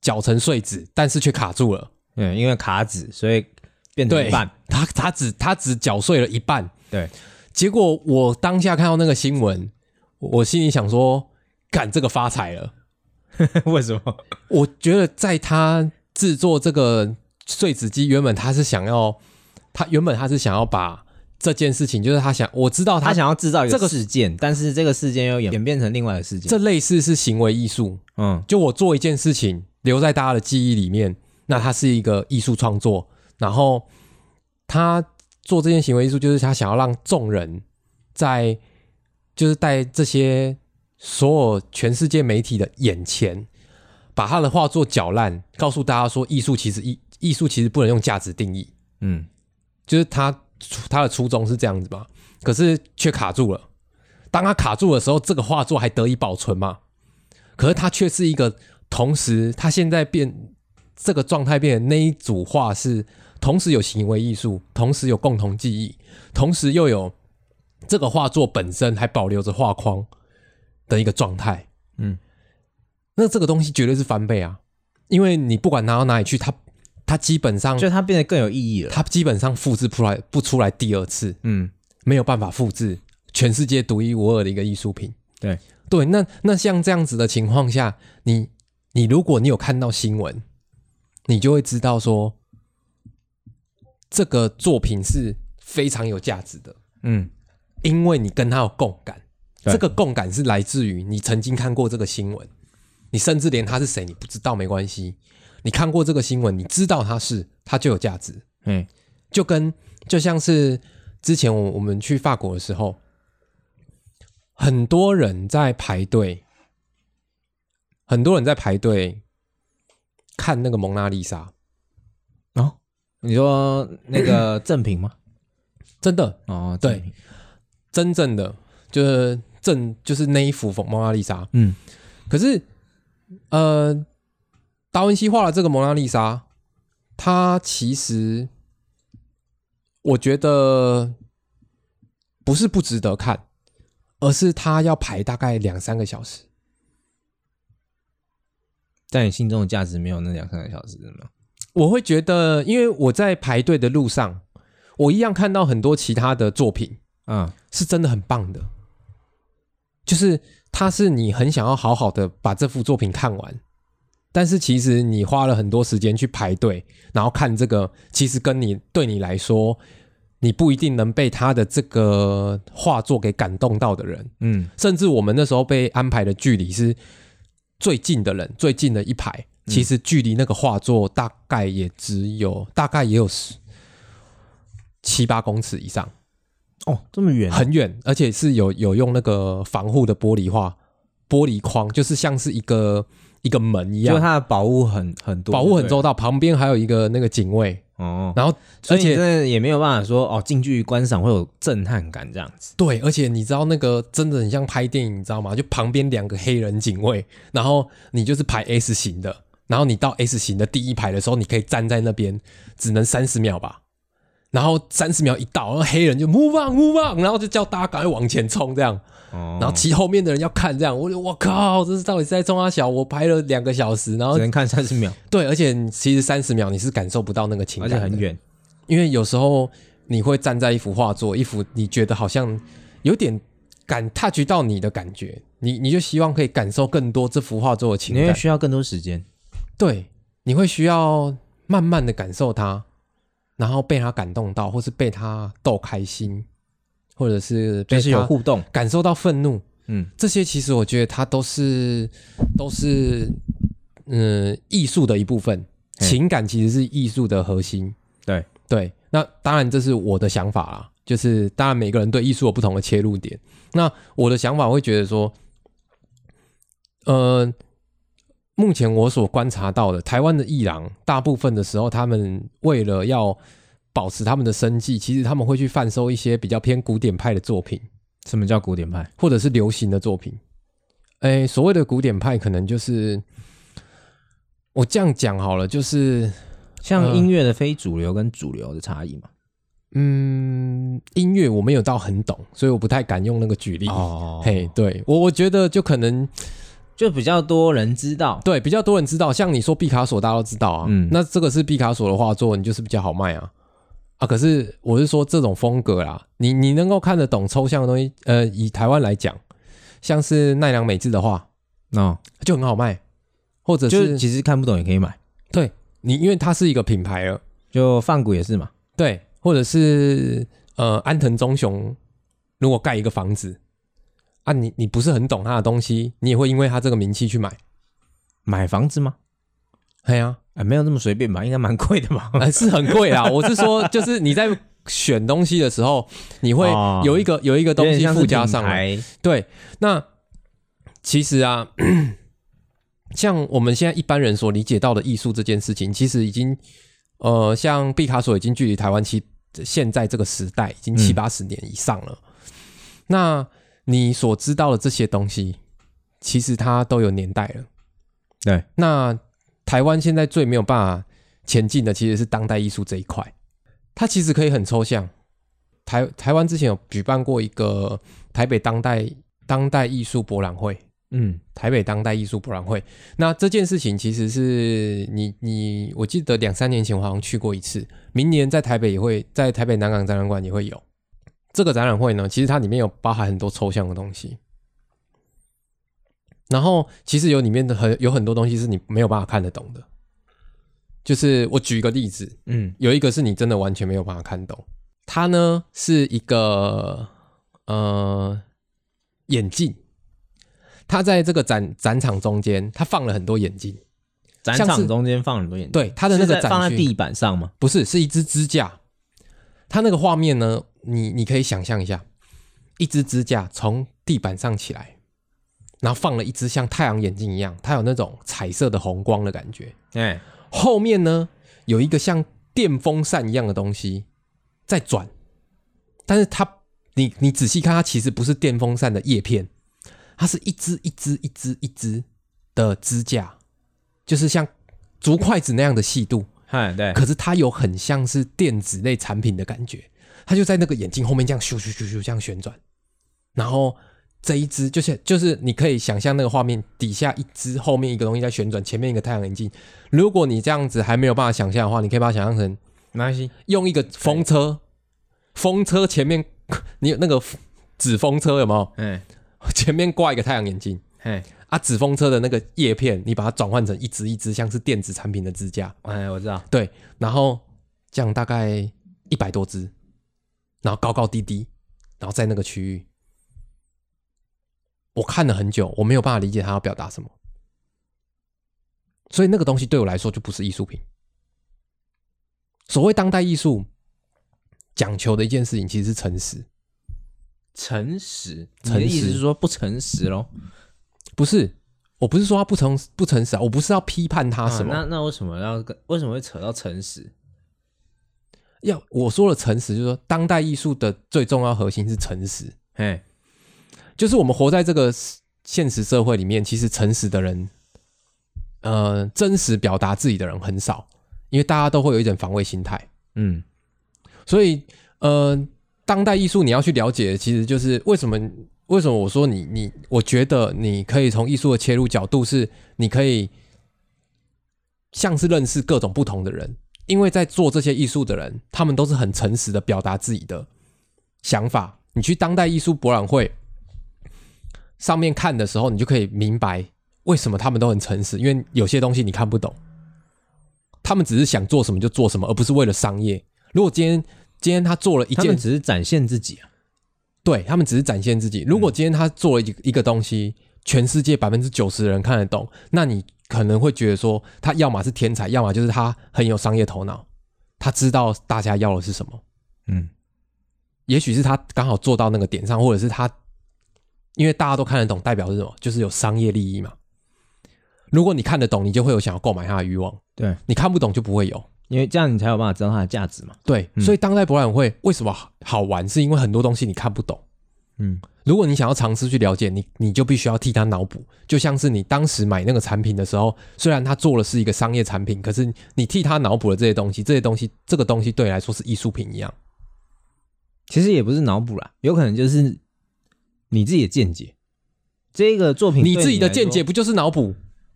Speaker 1: 绞成碎纸，但是却卡住了。
Speaker 2: 嗯，因为卡纸，所以变成
Speaker 1: 对，
Speaker 2: 嗯一半。
Speaker 1: 他他只他只缴税了一半。
Speaker 2: 对，
Speaker 1: 结果我当下看到那个新闻，我心里想说，干这个发财了。
Speaker 2: 为什么？
Speaker 1: 我觉得在他制作这个碎纸机，原本他是想要，他原本他是想要把这件事情，就是他想，我知道
Speaker 2: 他
Speaker 1: 他
Speaker 2: 想要制造一
Speaker 1: 这
Speaker 2: 个
Speaker 1: 个
Speaker 2: 事件，但是这个事件又演演变成另外的事件。
Speaker 1: 这类似是行为艺术，
Speaker 2: 嗯，
Speaker 1: 就我做一件事情留在大家的记忆里面，那它是一个艺术创作。然后他做这件行为艺术，就是他想要让众人在，就是在这些所有全世界媒体的眼前，把他的画作搅烂，告诉大家说，艺术其实艺艺术其实不能用价值定义，
Speaker 2: 嗯，
Speaker 1: 就是他他的初衷是这样子嘛，可是却卡住了。当他卡住的时候，这个画作还得以保存嘛？可是他却是一个同时，他现在变这个状态变成那一组画是同时有行为艺术，同时有共同记忆，同时又有这个画作本身还保留着画框的一个状态。
Speaker 2: 嗯，
Speaker 1: 那这个东西绝对是翻倍啊，因为你不管拿到哪里去，它它基本上
Speaker 2: 嗯就它变得更有意义了。
Speaker 1: 它基本上复制不来不出来第二次，
Speaker 2: 嗯，
Speaker 1: 没有办法复制全世界独一无二的一个艺术品。
Speaker 2: 对
Speaker 1: 对，那那像这样子的情况下，你你如果你有看到新闻，你就会知道说这个作品是非常有价值的，
Speaker 2: 嗯，
Speaker 1: 因为你跟它有共感。
Speaker 2: 对
Speaker 1: 这个共感是来自于你曾经看过这个新闻，你甚至连他是谁你不知道没关系，你看过这个新闻，你知道他是，他就有价值。
Speaker 2: 哎，
Speaker 1: 就跟就像是之前我我们去法国的时候，很多人在排队，很多人在排队看那个蒙娜丽莎，
Speaker 2: 哦，你说那 个正品吗？
Speaker 1: 真的
Speaker 2: 哦，
Speaker 1: 对
Speaker 2: 正品，
Speaker 1: 真正的就是正就是那一幅蒙娜丽莎。
Speaker 2: 嗯，
Speaker 1: 可是呃，达文西画了这个蒙娜丽莎，它其实我觉得不是不值得看，而是它要排大概两三个小时。
Speaker 2: 在你心中的价值没有那两三个小时，是吗？
Speaker 1: 我会觉得，因为我在排队的路上，我一样看到很多其他的作品，
Speaker 2: 嗯，
Speaker 1: 是真的很棒的，就是它是你很想要好好的把这幅作品看完，但是其实你花了很多时间去排队，然后看这个，其实跟你对你来说，你不一定能被他的这个画作给感动到的人，
Speaker 2: 嗯，
Speaker 1: 甚至我们那时候被安排的距离是最近的人最近的一排，其实距离那个画作大概也只有大概也有十，七八公尺以上，
Speaker 2: 哦，这么远啊，
Speaker 1: 很远，而且是有有用那个防护的玻璃画玻璃框，就是像是一个一个门一
Speaker 2: 就
Speaker 1: 样，
Speaker 2: 它的保护很很多，
Speaker 1: 保护很
Speaker 2: 对
Speaker 1: 周
Speaker 2: 不对
Speaker 1: 到，旁边还有一个那个警卫，
Speaker 2: 哦。
Speaker 1: 然后
Speaker 2: 所
Speaker 1: 而
Speaker 2: 以你
Speaker 1: 且
Speaker 2: 真的也没有办法说哦，近距离观赏会有震撼感这样子。
Speaker 1: 对，而且你知道那个真的很像拍电影，你知道吗？就旁边两个黑人警卫，然后你就是排 S 型的，然后你到 S 型的第一排的时候，你可以站在那边，只能三十秒吧。然后三十秒一到，然后黑人就 move on move on，然后就叫大家赶快往前冲这样。
Speaker 2: 哦，
Speaker 1: 然后其后面的人要看这样，我就我靠，这是到底是在冲他小？我排了两个小时，然后
Speaker 2: 只能看三十秒，
Speaker 1: 对，而且你其实三十秒你是感受不到那个情
Speaker 2: 而
Speaker 1: 感
Speaker 2: 且
Speaker 1: 的，
Speaker 2: 很远。
Speaker 1: 因为有时候你会站在一幅画作，一幅你觉得好像有点感 touch 到你的感觉，你你就希望可以感受更多这幅画作的情
Speaker 2: 你会
Speaker 1: 感，
Speaker 2: 需要更多时间。
Speaker 1: 对，你会需要慢慢的感受它，然后被它感动到，或是被它逗开心，或者是被
Speaker 2: 就是有
Speaker 1: 它
Speaker 2: 互动，
Speaker 1: 感受到愤怒，
Speaker 2: 嗯，
Speaker 1: 这些其实我觉得它都是都是嗯艺术的一部分，
Speaker 2: 嘿
Speaker 1: 情感其实是艺术的核心。
Speaker 2: 对
Speaker 1: 对，那当然这是我的想法啦，就是当然每个人对艺术有不同的切入点。那我的想法会觉得说，呃，目前我所观察到的台湾的艺廊，大部分的时候他们为了要保持他们的生计，其实他们会去贩售一些比较偏古典派的作品。
Speaker 2: 什么叫古典派？
Speaker 1: 或者是流行的作品。哎，所谓的古典派，可能就是我这样讲好了，就是
Speaker 2: 像
Speaker 1: 嗯
Speaker 2: 音乐的非主流跟主流的差异嘛。
Speaker 1: 嗯，音乐我没有到很懂，所以我不太敢用那个举例。
Speaker 2: 哦
Speaker 1: 嘿，对我我觉得就可能
Speaker 2: 就比较多人知道。
Speaker 1: 对比较多人知道，像你说毕卡索，大家都知道啊。
Speaker 2: 嗯
Speaker 1: 那这个是毕卡索的画作，你就是比较好卖啊。啊，可是我是说这种风格啦，你你能够看得懂抽象的东西，呃，以台湾来讲，像是奈良美智的画
Speaker 2: 哦，
Speaker 1: 就很好卖，或者
Speaker 2: 就是
Speaker 1: 是
Speaker 2: 其实看不懂也可以买，
Speaker 1: 对你，因为它是一个品牌了，
Speaker 2: 就放股也是嘛。
Speaker 1: 对，或者是呃，安藤忠雄如果盖一个房子啊你，你不是很懂他的东西，你也会因为他这个名气去买，
Speaker 2: 买房子吗？
Speaker 1: 哎 呀、
Speaker 2: 啊，没有那么随便吧，应 该蛮贵的吧。
Speaker 1: 呃是很贵啦。 我是说，就是你在选东西的时候，你会
Speaker 2: 哦
Speaker 1: 有一个、有一个东
Speaker 2: 有点
Speaker 1: 西
Speaker 2: 像是
Speaker 1: 附加上
Speaker 2: 品
Speaker 1: 来，
Speaker 2: 牌，
Speaker 1: 对，那其实啊， 像我们现在一般人所理解到的艺术这件事情，其实已经呃，像毕卡索已经距离台湾七现在这个时代已经七
Speaker 2: 嗯
Speaker 1: 八十年以上了。那你所知道的这些东西，其实它都有年代了。
Speaker 2: 对，
Speaker 1: 那台湾现在最没有办法前进的，其实是当代艺术这一块。它其实可以很抽象。台台湾之前有举办过一个台北当代当代艺术博览会，
Speaker 2: 嗯，
Speaker 1: 台北当代艺术博览会。那这件事情其实是你你，我记得两三年前我好像去过一次，明年在台北也会在台北南港展览馆也会有。这个展览会呢，其实它里面有包含很多抽象的东西，然后其实有里面的很有很多东西是你没有办法看得懂的。就是我举一个例子，
Speaker 2: 嗯，
Speaker 1: 有一个是你真的完全没有办法看懂，它呢是一个呃眼镜，它在这个展展场中间，它放了很多眼镜，
Speaker 2: 展
Speaker 1: 像
Speaker 2: 场
Speaker 1: 是
Speaker 2: 中间放很多眼镜，
Speaker 1: 对它的那
Speaker 2: 是
Speaker 1: 个
Speaker 2: 在
Speaker 1: 展
Speaker 2: 放在
Speaker 1: 区
Speaker 2: 地板上吗？
Speaker 1: 不是是一只支架，它那个画面呢，你你可以想象一下，一只支架从地板上起来，然后放了一只像太阳眼镜一样，它有那种彩色的红光的感觉，
Speaker 2: 哎，
Speaker 1: 后面呢有一个像电风扇一样的东西在转，但是它你你仔细看，它其实不是电风扇的叶片，它是一只一只一只一只的支架，就是像竹筷子那样的细度，
Speaker 2: 嗨，哎对，
Speaker 1: 可是它有很像是电子类产品的感觉，它就在那个眼镜后面这样咻咻咻咻这样旋转，然后这一只就是就是你可以想象那个画面底下一只后面一个东西在旋转，前面一个太阳眼镜。如果你这样子还没有办法想象的话，你可以把它想象成
Speaker 2: 没关系，
Speaker 1: 用一个风车，风车前面你有那个纸风车有没有？
Speaker 2: 哎，
Speaker 1: 前面挂一个太阳眼镜
Speaker 2: 哎，
Speaker 1: 啊，纸风车的那个叶片，你把它转换成一只一只像是电子产品的支架。
Speaker 2: 哎，我知道，
Speaker 1: 对，然后这样大概一百多只，然后高高低低，然后在那个区域，我看了很久，我没有办法理解他要表达什么，所以那个东西对我来说就不是艺术品。所谓当代艺术，讲求的一件事情，其实是诚实，
Speaker 2: 诚实，你
Speaker 1: 诚实
Speaker 2: 的意思是说不诚实咯？
Speaker 1: 不是？我不是说他不诚不诚实啊，我不是要批判他什么，
Speaker 2: 那那为什么要跟为什么会扯到诚实？
Speaker 1: 要我说了诚实，就是说当代艺术的最重要核心是诚实，
Speaker 2: 嘿，
Speaker 1: 就是我们活在这个现实社会里面，其实诚实的人，呃，真实表达自己的人很少，因为大家都会有一种防卫心态。
Speaker 2: 嗯，
Speaker 1: 所以，呃，当代艺术你要去了解，其实就是为什么为什么我说你你，我觉得你可以从艺术的切入角度是，你可以像是认识各种不同的人，因为在做这些艺术的人，他们都是很诚实的表达自己的想法。你去当代艺术博览会上面看的时候，你就可以明白为什么他们都很诚实，因为有些东西你看不懂，他们只是想做什么就做什么，而不是为了商业。如果今天今天他做了一
Speaker 2: 他
Speaker 1: 件
Speaker 2: 们只是展现自己啊。
Speaker 1: 对他们只是展现自己。如果今天他做了一一个东西，全世界百分之九十的人看得懂，那你可能会觉得说，他要么是天才，要么就是他很有商业头脑，他知道大家要的是什么。
Speaker 2: 嗯，
Speaker 1: 也许是他刚好做到那个点上，或者是他因为大家都看得懂，代表是什么？就是有商业利益嘛。如果你看得懂，你就会有想要购买它的欲望；
Speaker 2: 对，
Speaker 1: 你看不懂就不会有。
Speaker 2: 因为这样你才有办法知道它的价值嘛。
Speaker 1: 对，
Speaker 2: 嗯
Speaker 1: 所以当代博览会为什么好好玩，是因为很多东西你看不懂。
Speaker 2: 嗯
Speaker 1: 如果你想要尝试去了解，你你就必须要替他脑补，就像是你当时买那个产品的时候，虽然他做的是一个商业产品，可是你替他脑补了这些东西，这些东西这个东西对你来说是艺术品一样。
Speaker 2: 其实也不是脑补啦，有可能就是你自己的见解。这个作品
Speaker 1: 你
Speaker 2: 嗯对
Speaker 1: 自己的
Speaker 2: 来
Speaker 1: 见
Speaker 2: 说
Speaker 1: 解，不就是脑补？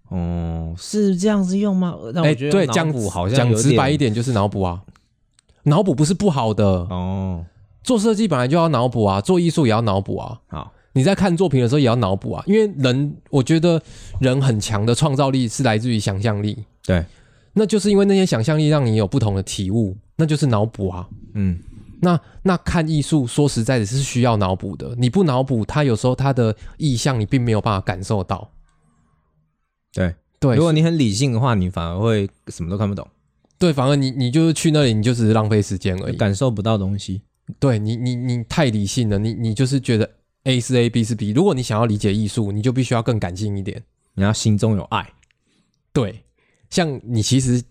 Speaker 2: 哦，是这样子用吗？呃但我
Speaker 1: 哎，
Speaker 2: 觉得
Speaker 1: 对，
Speaker 2: 脑
Speaker 1: 讲
Speaker 2: 补好像
Speaker 1: 讲
Speaker 2: 有
Speaker 1: 直白一点就是脑补啊，脑补不是不好的，
Speaker 2: 哦。
Speaker 1: 做设计本来就要脑补啊，做艺术也要脑补啊。
Speaker 2: 好，
Speaker 1: 你在看作品的时候也要脑补啊，因为人，我觉得人很强的创造力是来自于想象力，
Speaker 2: 对，
Speaker 1: 那就是因为那些想象力让你有不同的体悟，那就是脑补啊。
Speaker 2: 嗯
Speaker 1: 那那看艺术，说实在的是需要脑补的，你不脑补，它有时候它的意象你并没有办法感受到。
Speaker 2: 对。
Speaker 1: 对，
Speaker 2: 如果你很理性的话，你反而会什么都看不懂，
Speaker 1: 对，反而你你就是去那里，你就只是浪费时间而已。
Speaker 2: 感受不到东西。
Speaker 1: 对你你你太理性了，你你就是觉得 A 是 A，B 是 B。如果你想要理解艺术，你就必须要更感性一点。
Speaker 2: 你要心中有爱，
Speaker 1: 对，像你其实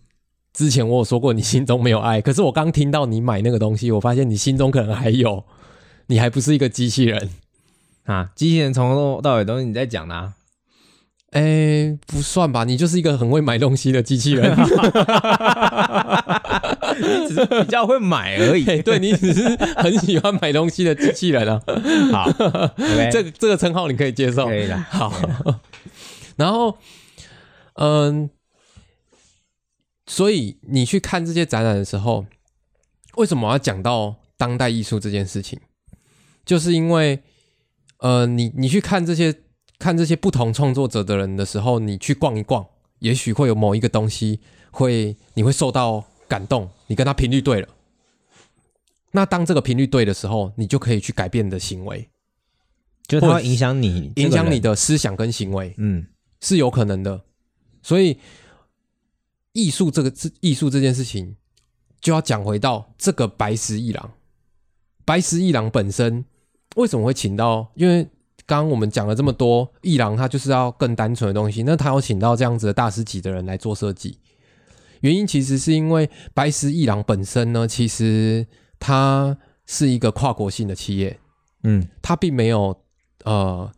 Speaker 1: 之前我有说过你心中没有爱，可是我刚听到你买那个东西，我发现你心中可能还有，你还不是一个机器人。
Speaker 2: 啊，机器人从头到尾都是你在讲的、啊，
Speaker 1: 哎，不算吧，你就是一个很会买东西的机器人。
Speaker 2: 你只是比较会买而已。
Speaker 1: 嘿 哎对你只是很喜欢买东西的机器 人啊，
Speaker 2: 好，OK，
Speaker 1: 这个这个称号你可以接受
Speaker 2: 可。以了。
Speaker 1: 好，然后，嗯，所以你去看这些展览的时候，为什么我要讲到当代艺术这件事情？就是因为，呃，你你去看这些看这些不同创作者的人的时候，你去逛一逛，也许会有某一个东西会你会受到感动，你跟他频率对了。那当这个频率对的时候，你就可以去改变你的行为，
Speaker 2: 就是它会影响你，
Speaker 1: 影响你。的思想跟行为。
Speaker 2: 嗯，
Speaker 1: 是有可能的。所以艺术这个这艺术这件事情，就要讲回到这个白石一郎。白石一郎本身为什么会请到？因为刚刚我们讲了这么多，一郎他就是要更单纯的东西，那他要请到这样子的大师级的人来做设计。原因其实是因为白石一郎本身呢，其实他是一个跨国性的企业，
Speaker 2: 嗯，
Speaker 1: 它并没有呃，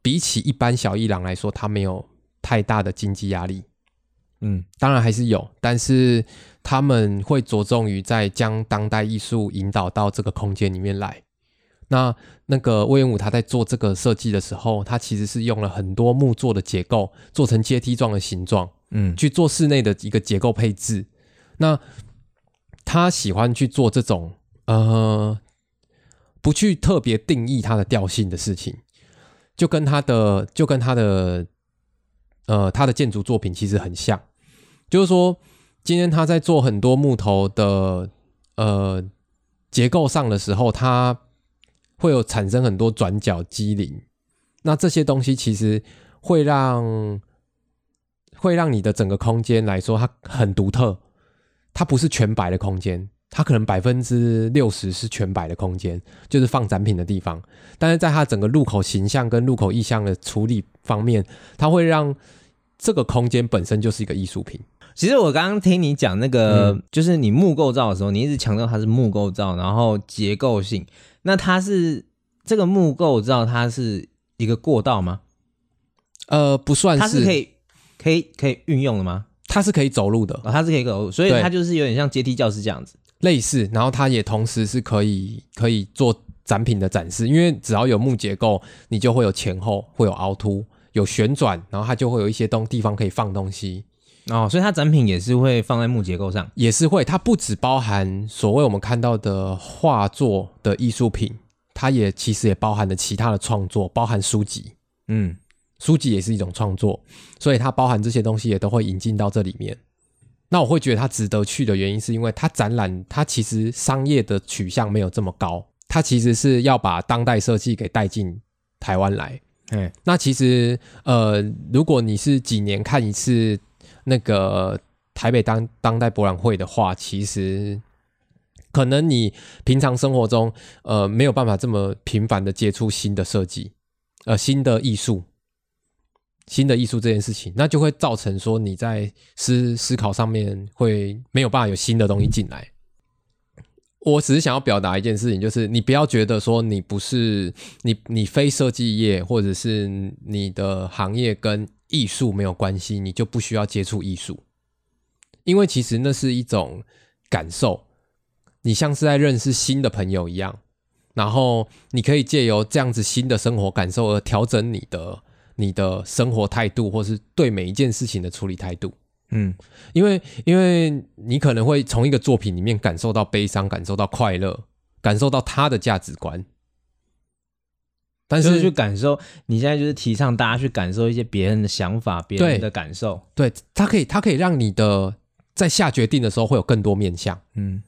Speaker 1: 比起一般小一郎来说，它没有太大的经济压力。
Speaker 2: 嗯，
Speaker 1: 当然还是有，但是他们会着重于在将当代艺术引导到这个空间里面来。那那个魏元武他在做这个设计的时候，他其实是用了很多木做的结构，做成阶梯状的形状，
Speaker 2: 嗯，
Speaker 1: 去做室内的一个结构配置。那他喜欢去做这种呃，不去特别定义它的调性的事情，就跟他的就跟他的呃他的建筑作品其实很像，就是说今天他在做很多木头的呃结构上的时候，它会有产生很多转角机灵，那这些东西其实会让会让你的整个空间来说，它很独特，它不是全白的空间，它可能百分之六十是全白的空间，就是放展品的地方。但是在它整个入口形象跟入口意象的处理方面，它会让这个空间本身就是一个艺术品。
Speaker 2: 其实我刚刚听你讲那个，就是你木构造的时候，你一直强调它是木构造，然后结构性。那它是这个木构造，它是一个过道吗？
Speaker 1: 呃，不算
Speaker 2: 它是
Speaker 1: 是，
Speaker 2: 可以可以可以运用的吗？
Speaker 1: 它是可以走路的，
Speaker 2: 哦，它是可以走路，所以
Speaker 1: 对
Speaker 2: 它就是有点像阶梯教室这样子。
Speaker 1: 类似，然后它也同时是可以可以做展品的展示，因为只要有木结构，你就会有前后，会有凹凸，有旋转，然后它就会有一些东地方可以放东西，
Speaker 2: 哦，所以它展品也是会放在木结构上。
Speaker 1: 也是会。它不只包含所谓我们看到的画作的艺术品，它也其实也包含了其他的创作，包含书籍，
Speaker 2: 嗯，
Speaker 1: 书籍也是一种创作，所以它包含这些东西也都会引进到这里面。那我会觉得它值得去的原因，是因为它展览它其实商业的取向没有这么高，它其实是要把当代设计给带进台湾来。
Speaker 2: 哎，
Speaker 1: 那其实呃，如果你是几年看一次那个台北当当代博览会的话，其实可能你平常生活中呃没有办法这么频繁的接触新的设计，呃新的艺术。新的艺术这件事情，那就会造成说你在思思考上面会没有办法有新的东西进来。我只是想要表达一件事情，就是你不要觉得说你不是你你非设计业或者是你的行业跟艺术没有关系，你就不需要接触艺术，因为其实那是一种感受，你像是在认识新的朋友一样，然后你可以借由这样子新的生活感受而调整你的你的生活态度，或是对每一件事情的处理态度。
Speaker 2: 嗯，
Speaker 1: 因为因为你可能会从一个作品里面感受到悲伤，感受到快乐，感受到他的价值观。但
Speaker 2: 就是是去感受，你现在就是提倡大家去感受一些别人的想法、别
Speaker 1: 对
Speaker 2: 人的感受。
Speaker 1: 对它可以，它可以让你的在下决定的时候会有更多面向，
Speaker 2: 嗯，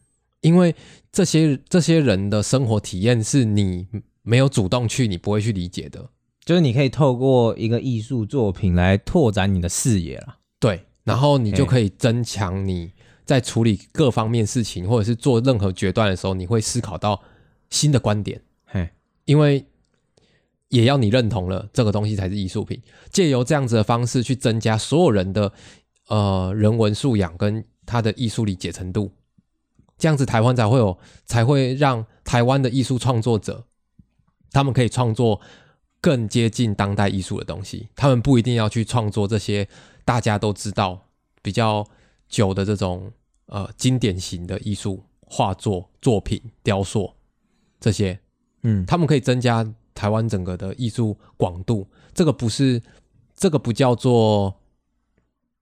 Speaker 1: 因为这些这些人的生活体验是你没有主动去，你不会去理解的。
Speaker 2: 就是你可以透过一个艺术作品来拓展你的视野啦。
Speaker 1: 对，然后你就
Speaker 2: OK
Speaker 1: 可以增强你在处理各方面事情，或者是做任何决断的时候，你会思考到新的观点。
Speaker 2: 嘿，
Speaker 1: 因为也要你认同了这个东西才是艺术品。借由这样子的方式去增加所有人的呃人文素养跟他的艺术理解程度，这样子台湾才会有才会让台湾的艺术创作者他们可以创作更接近当代艺术的东西，他们不一定要去创作这些大家都知道比较久的这种呃经典型的艺术画作、作品、雕塑这些。
Speaker 2: 嗯，
Speaker 1: 他们可以增加台湾整个的艺术广度。这个不是，这个不叫做，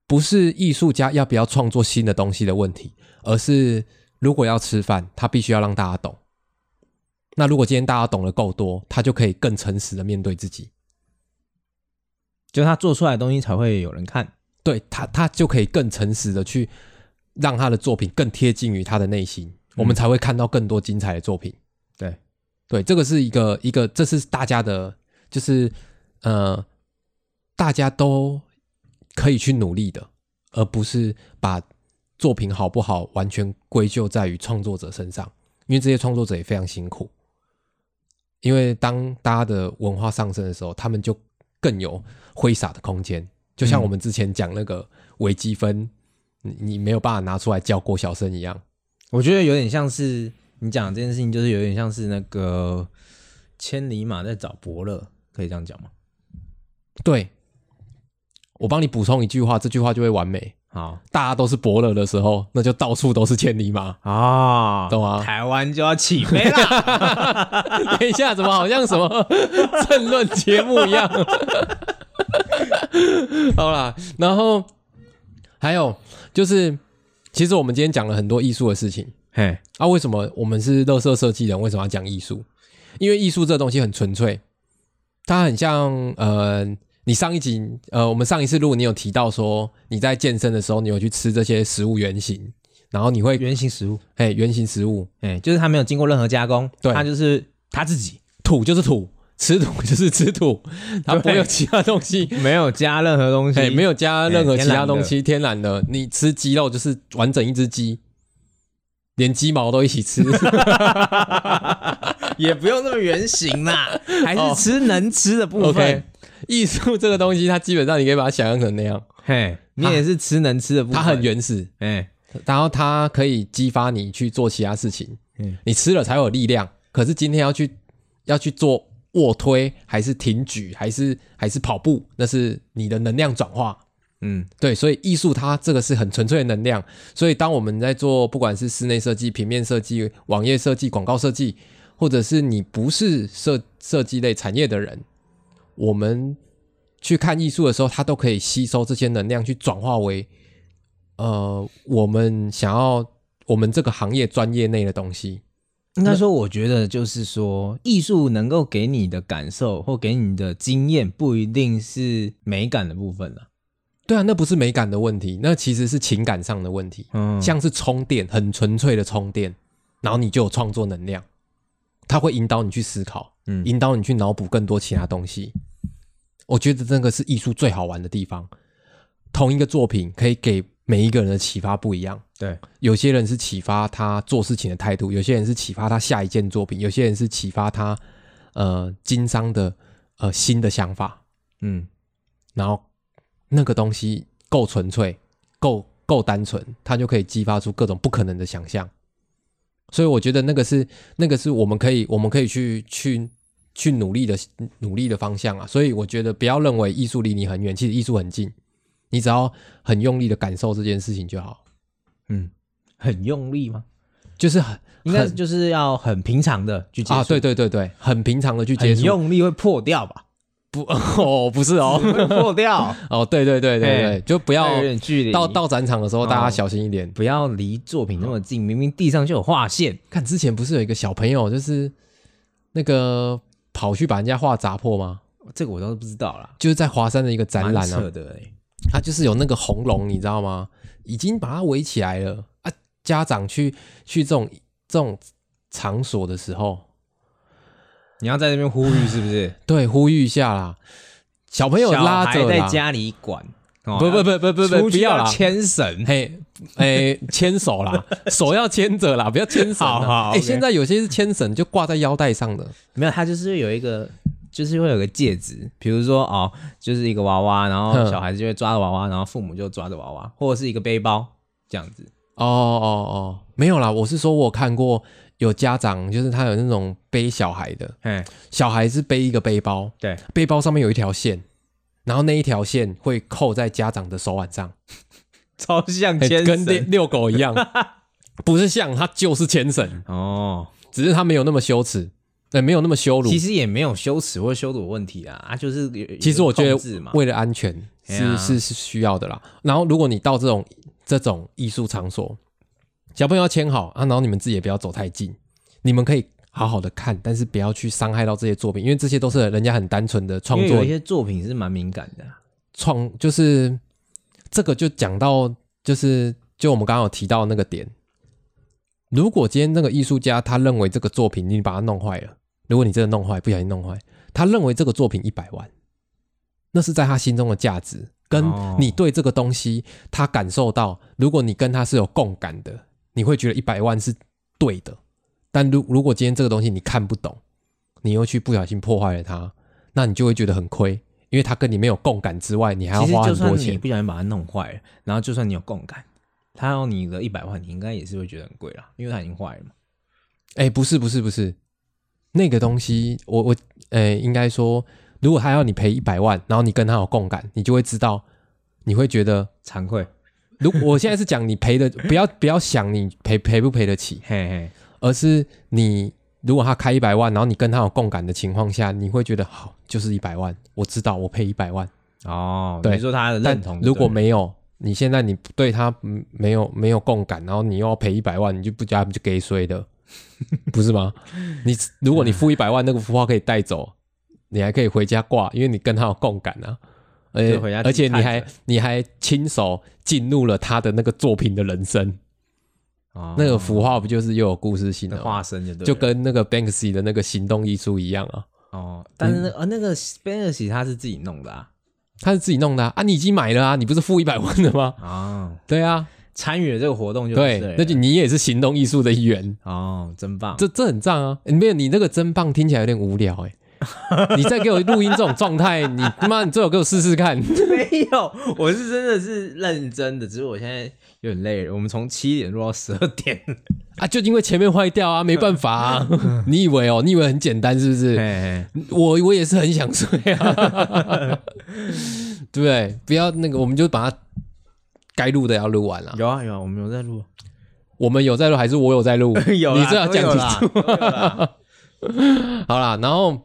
Speaker 1: 不是艺术家要不要创作新的东西的问题，而是如果要吃饭，他必须要让大家懂。那如果今天大家懂得够多，他就可以更诚实的面对自己，
Speaker 2: 就他做出来的东西才会有人看。
Speaker 1: 对他，他就可以更诚实的去让他的作品更贴近于他的内心，我们才会看到更多精彩的作品。
Speaker 2: 对，
Speaker 1: 对，这个是一个一个，这是大家的，就是呃，大家都可以去努力的，而不是把作品好不好完全归咎在于创作者身上，因为这些创作者也非常辛苦。因为当大家的文化上升的时候，他们就更有挥洒的空间。就像我们之前讲那个微积分，你你没有办法拿出来教郭小生一样。
Speaker 2: 我觉得有点像是你讲的这件事情，就是有点像是那个千里马在找伯乐，可以这样讲吗？
Speaker 1: 对，我帮你补充一句话，这句话就会完美。
Speaker 2: 好。
Speaker 1: 大家都是伯乐的时候，那就到处都是千里马
Speaker 2: 啊，
Speaker 1: 懂 啊
Speaker 2: 台湾就要起飞了。
Speaker 1: 等一下，怎么好像什么 政论节目一样？ 好啦，然后还有就是，其实我们今天讲了很多艺术的事情
Speaker 2: 嘿，
Speaker 1: 啊。为什么我们是乐色设计人？为什么要讲艺术？因为艺术这东西很纯粹，它很像呃，你上一集呃，我们上一次录你有提到说你在健身的时候，你有去吃这些食物原型，然后你会
Speaker 2: 原型食物，
Speaker 1: 哎，原型食物，
Speaker 2: 哎，就是它没有经过任何加工，
Speaker 1: 对
Speaker 2: 它就是它自己，
Speaker 1: 土就是土，吃土就是吃土，它不会有其他东西，
Speaker 2: 没有加任何东西，
Speaker 1: 哎，没有加任何
Speaker 2: 哎
Speaker 1: 其他东西，天然的。你吃鸡肉就是完整一只鸡，连鸡毛都一起吃。
Speaker 2: 也不用那么圆形 啦，还
Speaker 1: 哦
Speaker 2: 是吃能吃的部
Speaker 1: OK，
Speaker 2: 分。
Speaker 1: 艺术这个东西，它基本上你可以把它想象成那样，
Speaker 2: 嘿，你也是吃能吃的部分。
Speaker 1: 它很，原始，
Speaker 2: 哎，
Speaker 1: 然后它可以激发你去做其他事情
Speaker 2: 嗯。
Speaker 1: 你吃了才有力量，可是今天要去要去做卧推，还是挺举，还是还是跑步，那是你的能量转化。
Speaker 2: 嗯
Speaker 1: 对，所以艺术它这个是很纯粹的能量。所以当我们在做不管是室内设计、平面设计、网页设计、广告设计，或者是你不是设设计类产业的人，我们去看艺术的时候，它都可以吸收这些能量，去转化为呃我们想要我们这个行业专业内的东西。
Speaker 2: 应该说，我觉得就是说，艺术能够给你的感受或给你的经验，不一定是美感的部分了。
Speaker 1: 对啊，那不是美感的问题，那其实是情感上的问题。
Speaker 2: 嗯，
Speaker 1: 像是充电，很纯粹的充电，然后你就有创作能量，它会引导你去思考，
Speaker 2: 嗯
Speaker 1: 引导你去脑补更多其他东西。我觉得这个是艺术最好玩的地方。同一个作品可以给每一个人的启发不一样，
Speaker 2: 对，
Speaker 1: 有些人是启发他做事情的态度，有些人是启发他下一件作品，有些人是启发他呃经商的呃新的想法。
Speaker 2: 嗯，
Speaker 1: 然后那个东西够纯粹，够够单纯，它就可以激发出各种不可能的想象。所以我觉得那个是那个是我们可以我们可以去去去努力的努力的方向啊。所以我觉得不要认为艺术离你很远，其实艺术很近，你只要很用力的感受这件事情就好，
Speaker 2: 很用力吗？
Speaker 1: 就是很
Speaker 2: 应该
Speaker 1: 很
Speaker 2: 就是要很平常的去接触
Speaker 1: 啊，对，对对对，很平常的去接
Speaker 2: 很
Speaker 1: 触。
Speaker 2: 用力会破掉吧？
Speaker 1: 哦，不是哦，
Speaker 2: 会破掉，
Speaker 1: 哦，对对对对对，
Speaker 2: 哎
Speaker 1: 就 不要
Speaker 2: 会有点距离。
Speaker 1: 到到展场的时候，大家
Speaker 2: 哦
Speaker 1: 小心一点。
Speaker 2: 不要离作品那么近，明明地上就有画线。
Speaker 1: 看之前不是有一个小朋友，就是那个跑去把人家画砸破吗？
Speaker 2: 这个我倒是不知道啦，
Speaker 1: 就是在华山的一个展
Speaker 2: 蛮
Speaker 1: 览
Speaker 2: 扯
Speaker 1: 啊，
Speaker 2: 的欸
Speaker 1: 他就是有那个红龙，你知道吗？已经把它围起来了啊！家长去去这种这种场所的时候，
Speaker 2: 你要在那边呼吁是不是？
Speaker 1: 对，呼吁一下啦，小朋友
Speaker 2: 小
Speaker 1: 拉
Speaker 2: 孩
Speaker 1: 着
Speaker 2: 在
Speaker 1: 啦，
Speaker 2: 家里管，哦
Speaker 1: 不不不不不不
Speaker 2: 出
Speaker 1: 不
Speaker 2: 去
Speaker 1: 要啦，
Speaker 2: 牵绳。
Speaker 1: 嘿，哎，牵手 啦，手要牵着啦，不要牵绳
Speaker 2: 好好
Speaker 1: 啦。哎，
Speaker 2: ，OK
Speaker 1: 现在有些是牵绳就挂在腰带上的，
Speaker 2: 没有，他就是有一个，就是会有个戒指，比如说哦，就是一个娃娃，然后
Speaker 1: 哼
Speaker 2: 小孩子就会抓着娃娃，然后父母就抓着娃娃，或者是一个背包这样子。
Speaker 1: 哦哦哦，没有啦，我是说我有看过有家长，就是他有那种背小孩的，
Speaker 2: 哎，
Speaker 1: 小孩是背一个背包，
Speaker 2: 对，
Speaker 1: 背包上面有一条线，然后那一条线会扣在家长的手腕上，
Speaker 2: 超像
Speaker 1: 哎
Speaker 2: 牵
Speaker 1: 跟
Speaker 2: 绳。
Speaker 1: 遛狗一 样，不是像他就是牵绳，
Speaker 2: 哦，
Speaker 1: 只是他没有那么羞耻，对，没有那么羞辱
Speaker 2: 其。实也没有羞耻或羞辱问题啊，啊，就是有有
Speaker 1: 其实我觉
Speaker 2: 控制嘛
Speaker 1: 得，为了安全
Speaker 2: 哎
Speaker 1: 是
Speaker 2: 呀
Speaker 1: 是是需要的啦。然后如果你到这种这种艺术场所，小朋友要牵好啊，然后你们自己也不要走太近，你们可以好好的看，但是不要去伤害到这些作品，因为这些都是人家很单纯的创
Speaker 2: 因为
Speaker 1: 作
Speaker 2: 有一些作品是蛮敏感的啊、
Speaker 1: 创，就是这个就讲到就是就我们刚刚有提到那个点，如果今天那个艺术家他认为这个作品你把它弄坏了，如果你真的弄坏，不小心弄坏，他认为这个作品一百万，那是在他心中的价值，跟
Speaker 2: 哦
Speaker 1: 你对这个东西他感受到，如果你跟他是有共感的，你会觉得一百万是对的。但如如果今天这个东西你看不懂，你又去不小心破坏了它，那你就会觉得很亏，因为它跟你没有共感之外，你还要
Speaker 2: 其实
Speaker 1: 花
Speaker 2: 就
Speaker 1: 很
Speaker 2: 算
Speaker 1: 多
Speaker 2: 你
Speaker 1: 钱。
Speaker 2: 不小心把它弄坏了，然后就算你有共感，他要你的一百万，你应该也是会觉得很贵啦，因为它已经坏了嘛。
Speaker 1: 哎、不是不是不是，那个东西，我我哎、应该说，如果他要你赔一百万，然后你跟他有共感，你就会知道，你会觉得，
Speaker 2: 惭愧，
Speaker 1: 如果我现在是讲你赔的， 不要不要想你赔赔不赔得起，
Speaker 2: 嘿嘿，
Speaker 1: 而是你如果他开一百万，然后你跟他有共感的情况下，你会觉得好，就是一百万，我知道我赔一百万，
Speaker 2: 哦，
Speaker 1: 对
Speaker 2: 你说他的
Speaker 1: 但
Speaker 2: 认同就对了，
Speaker 1: 如果没有。你现在你对他嗯没有没有共感，然后你又要赔一百万，你就不加不就给衰的， 不是吗？你如果你付一百万，那个符号可以带走，你还可以回家挂，因为你跟他有共感啊。而且
Speaker 2: 就回家
Speaker 1: 而
Speaker 2: 自
Speaker 1: 且
Speaker 2: 己
Speaker 1: 你
Speaker 2: 看着
Speaker 1: 还你还亲手进入了他的那个作品的人生，
Speaker 2: 哦
Speaker 1: 那个符号不就是又有故事性
Speaker 2: 你的
Speaker 1: 了
Speaker 2: 化
Speaker 1: 吗？
Speaker 2: 身就对了，
Speaker 1: 就跟那个 Banksy 的那个行动艺术一样啊，
Speaker 2: 哦，但是那呃那个 Spanish 他是自己弄的啊，
Speaker 1: 他是自己弄的啊，啊你已经买了啊，你不是付一百万的吗？
Speaker 2: 啊，
Speaker 1: 对啊，
Speaker 2: 参与了这个活动就
Speaker 1: 对，那就你也是行动艺术的一员，
Speaker 2: 哦，真棒！
Speaker 1: 这这很赞啊！欸没有你那个真棒，听起来有点无聊 哎、你再给我录音这种状态，你他妈你最好给我试试看。
Speaker 2: 没有，我是真的是认真的，只是我现在有点累了。我们从七点录到十二点，
Speaker 1: 啊，就因为前面坏掉啊，没办法啊。你以为哦，你以为很简单是不是？
Speaker 2: 嗯嘿嘿
Speaker 1: 我我也是很想睡 啊，对不对？不要那个，我们就把它该录的要录完了。
Speaker 2: 有啊有啊，我们有在录，
Speaker 1: 我们有在录还是我有在录？
Speaker 2: 有
Speaker 1: 你
Speaker 2: 啦
Speaker 1: 这要
Speaker 2: 都
Speaker 1: 讲
Speaker 2: 有
Speaker 1: 清
Speaker 2: 啦
Speaker 1: 楚。
Speaker 2: 都 有啦
Speaker 1: 好啦，然后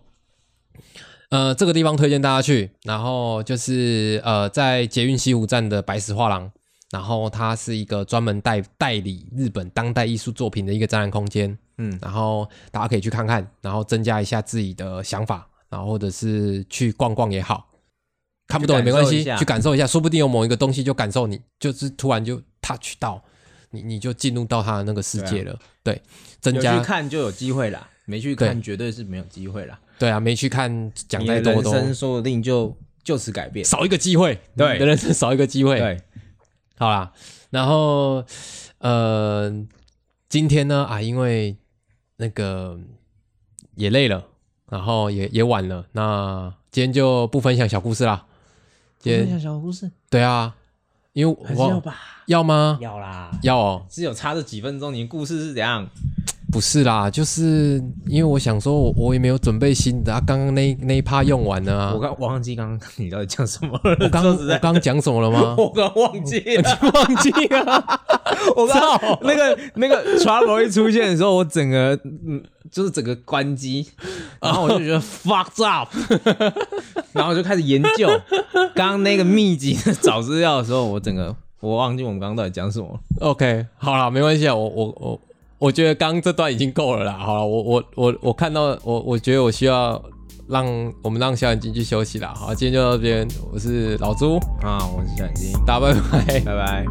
Speaker 1: 呃，这个地方推荐大家去，然后就是呃，在捷运西湖站的白石画廊，然后它是一个专门代代理日本当代艺术作品的一个展览空间，
Speaker 2: 嗯
Speaker 1: 然后大家可以去看看，然后增加一下自己的想法，然后或者是去逛逛也好，看不懂也没关系
Speaker 2: 去感受一，下
Speaker 1: 去感受一下，说不定有某一个东西就感受你，就是突然就 touch 到你，你就进入到他的那个世界了，对，增
Speaker 2: 啊有
Speaker 1: 加
Speaker 2: 去看就有机会啦，没去看
Speaker 1: 对
Speaker 2: 绝对是没有机会啦。
Speaker 1: 对啊，没去看讲
Speaker 2: 你
Speaker 1: 再
Speaker 2: 的
Speaker 1: 多
Speaker 2: 人
Speaker 1: 都
Speaker 2: 生说不定就就此改变。
Speaker 1: 少一个机会，
Speaker 2: 对
Speaker 1: 你的人生少一个机会，，
Speaker 2: 对，
Speaker 1: 好啦，然后呃，今天呢啊，因为那个也累了，然后也也晚了，那今天就不分享小故事啦。今
Speaker 2: 分
Speaker 1: 天
Speaker 2: 享小故事
Speaker 1: 对啊，因为
Speaker 2: 哎还是
Speaker 1: 我
Speaker 2: 要吧？
Speaker 1: 要吗？
Speaker 2: 要啦，
Speaker 1: 要哦，
Speaker 2: 只有差这几分钟，你的故事是怎样？
Speaker 1: 不是啦，就是因为我想说我，我也没有准备新的啊，刚刚那那一趴用完了啊
Speaker 2: 我。刚忘记刚刚你到底讲什么了。
Speaker 1: 我刚
Speaker 2: 说
Speaker 1: 我
Speaker 2: 实在
Speaker 1: 刚，刚讲什么了吗？
Speaker 2: 我刚忘记了。
Speaker 1: 你忘记了？
Speaker 2: 我刚刚那个那个 trouble 一出现的时候，我整个嗯，就是整个关机，然后我就觉得 fucked up，然后我就开始研 究刚刚那个秘籍的找资料的时候，我整个我忘记我们刚刚到底讲什么了。
Speaker 1: OK，好啦，没关系啊，我我我我觉得刚刚这段已经够了啦。好了，我我我我看到我我觉得我需要让我们让小眼睛去休息啦。好，今天就到这边，我是老朱，
Speaker 2: 啊，我是小金，
Speaker 1: 大家拜拜。
Speaker 2: 拜拜。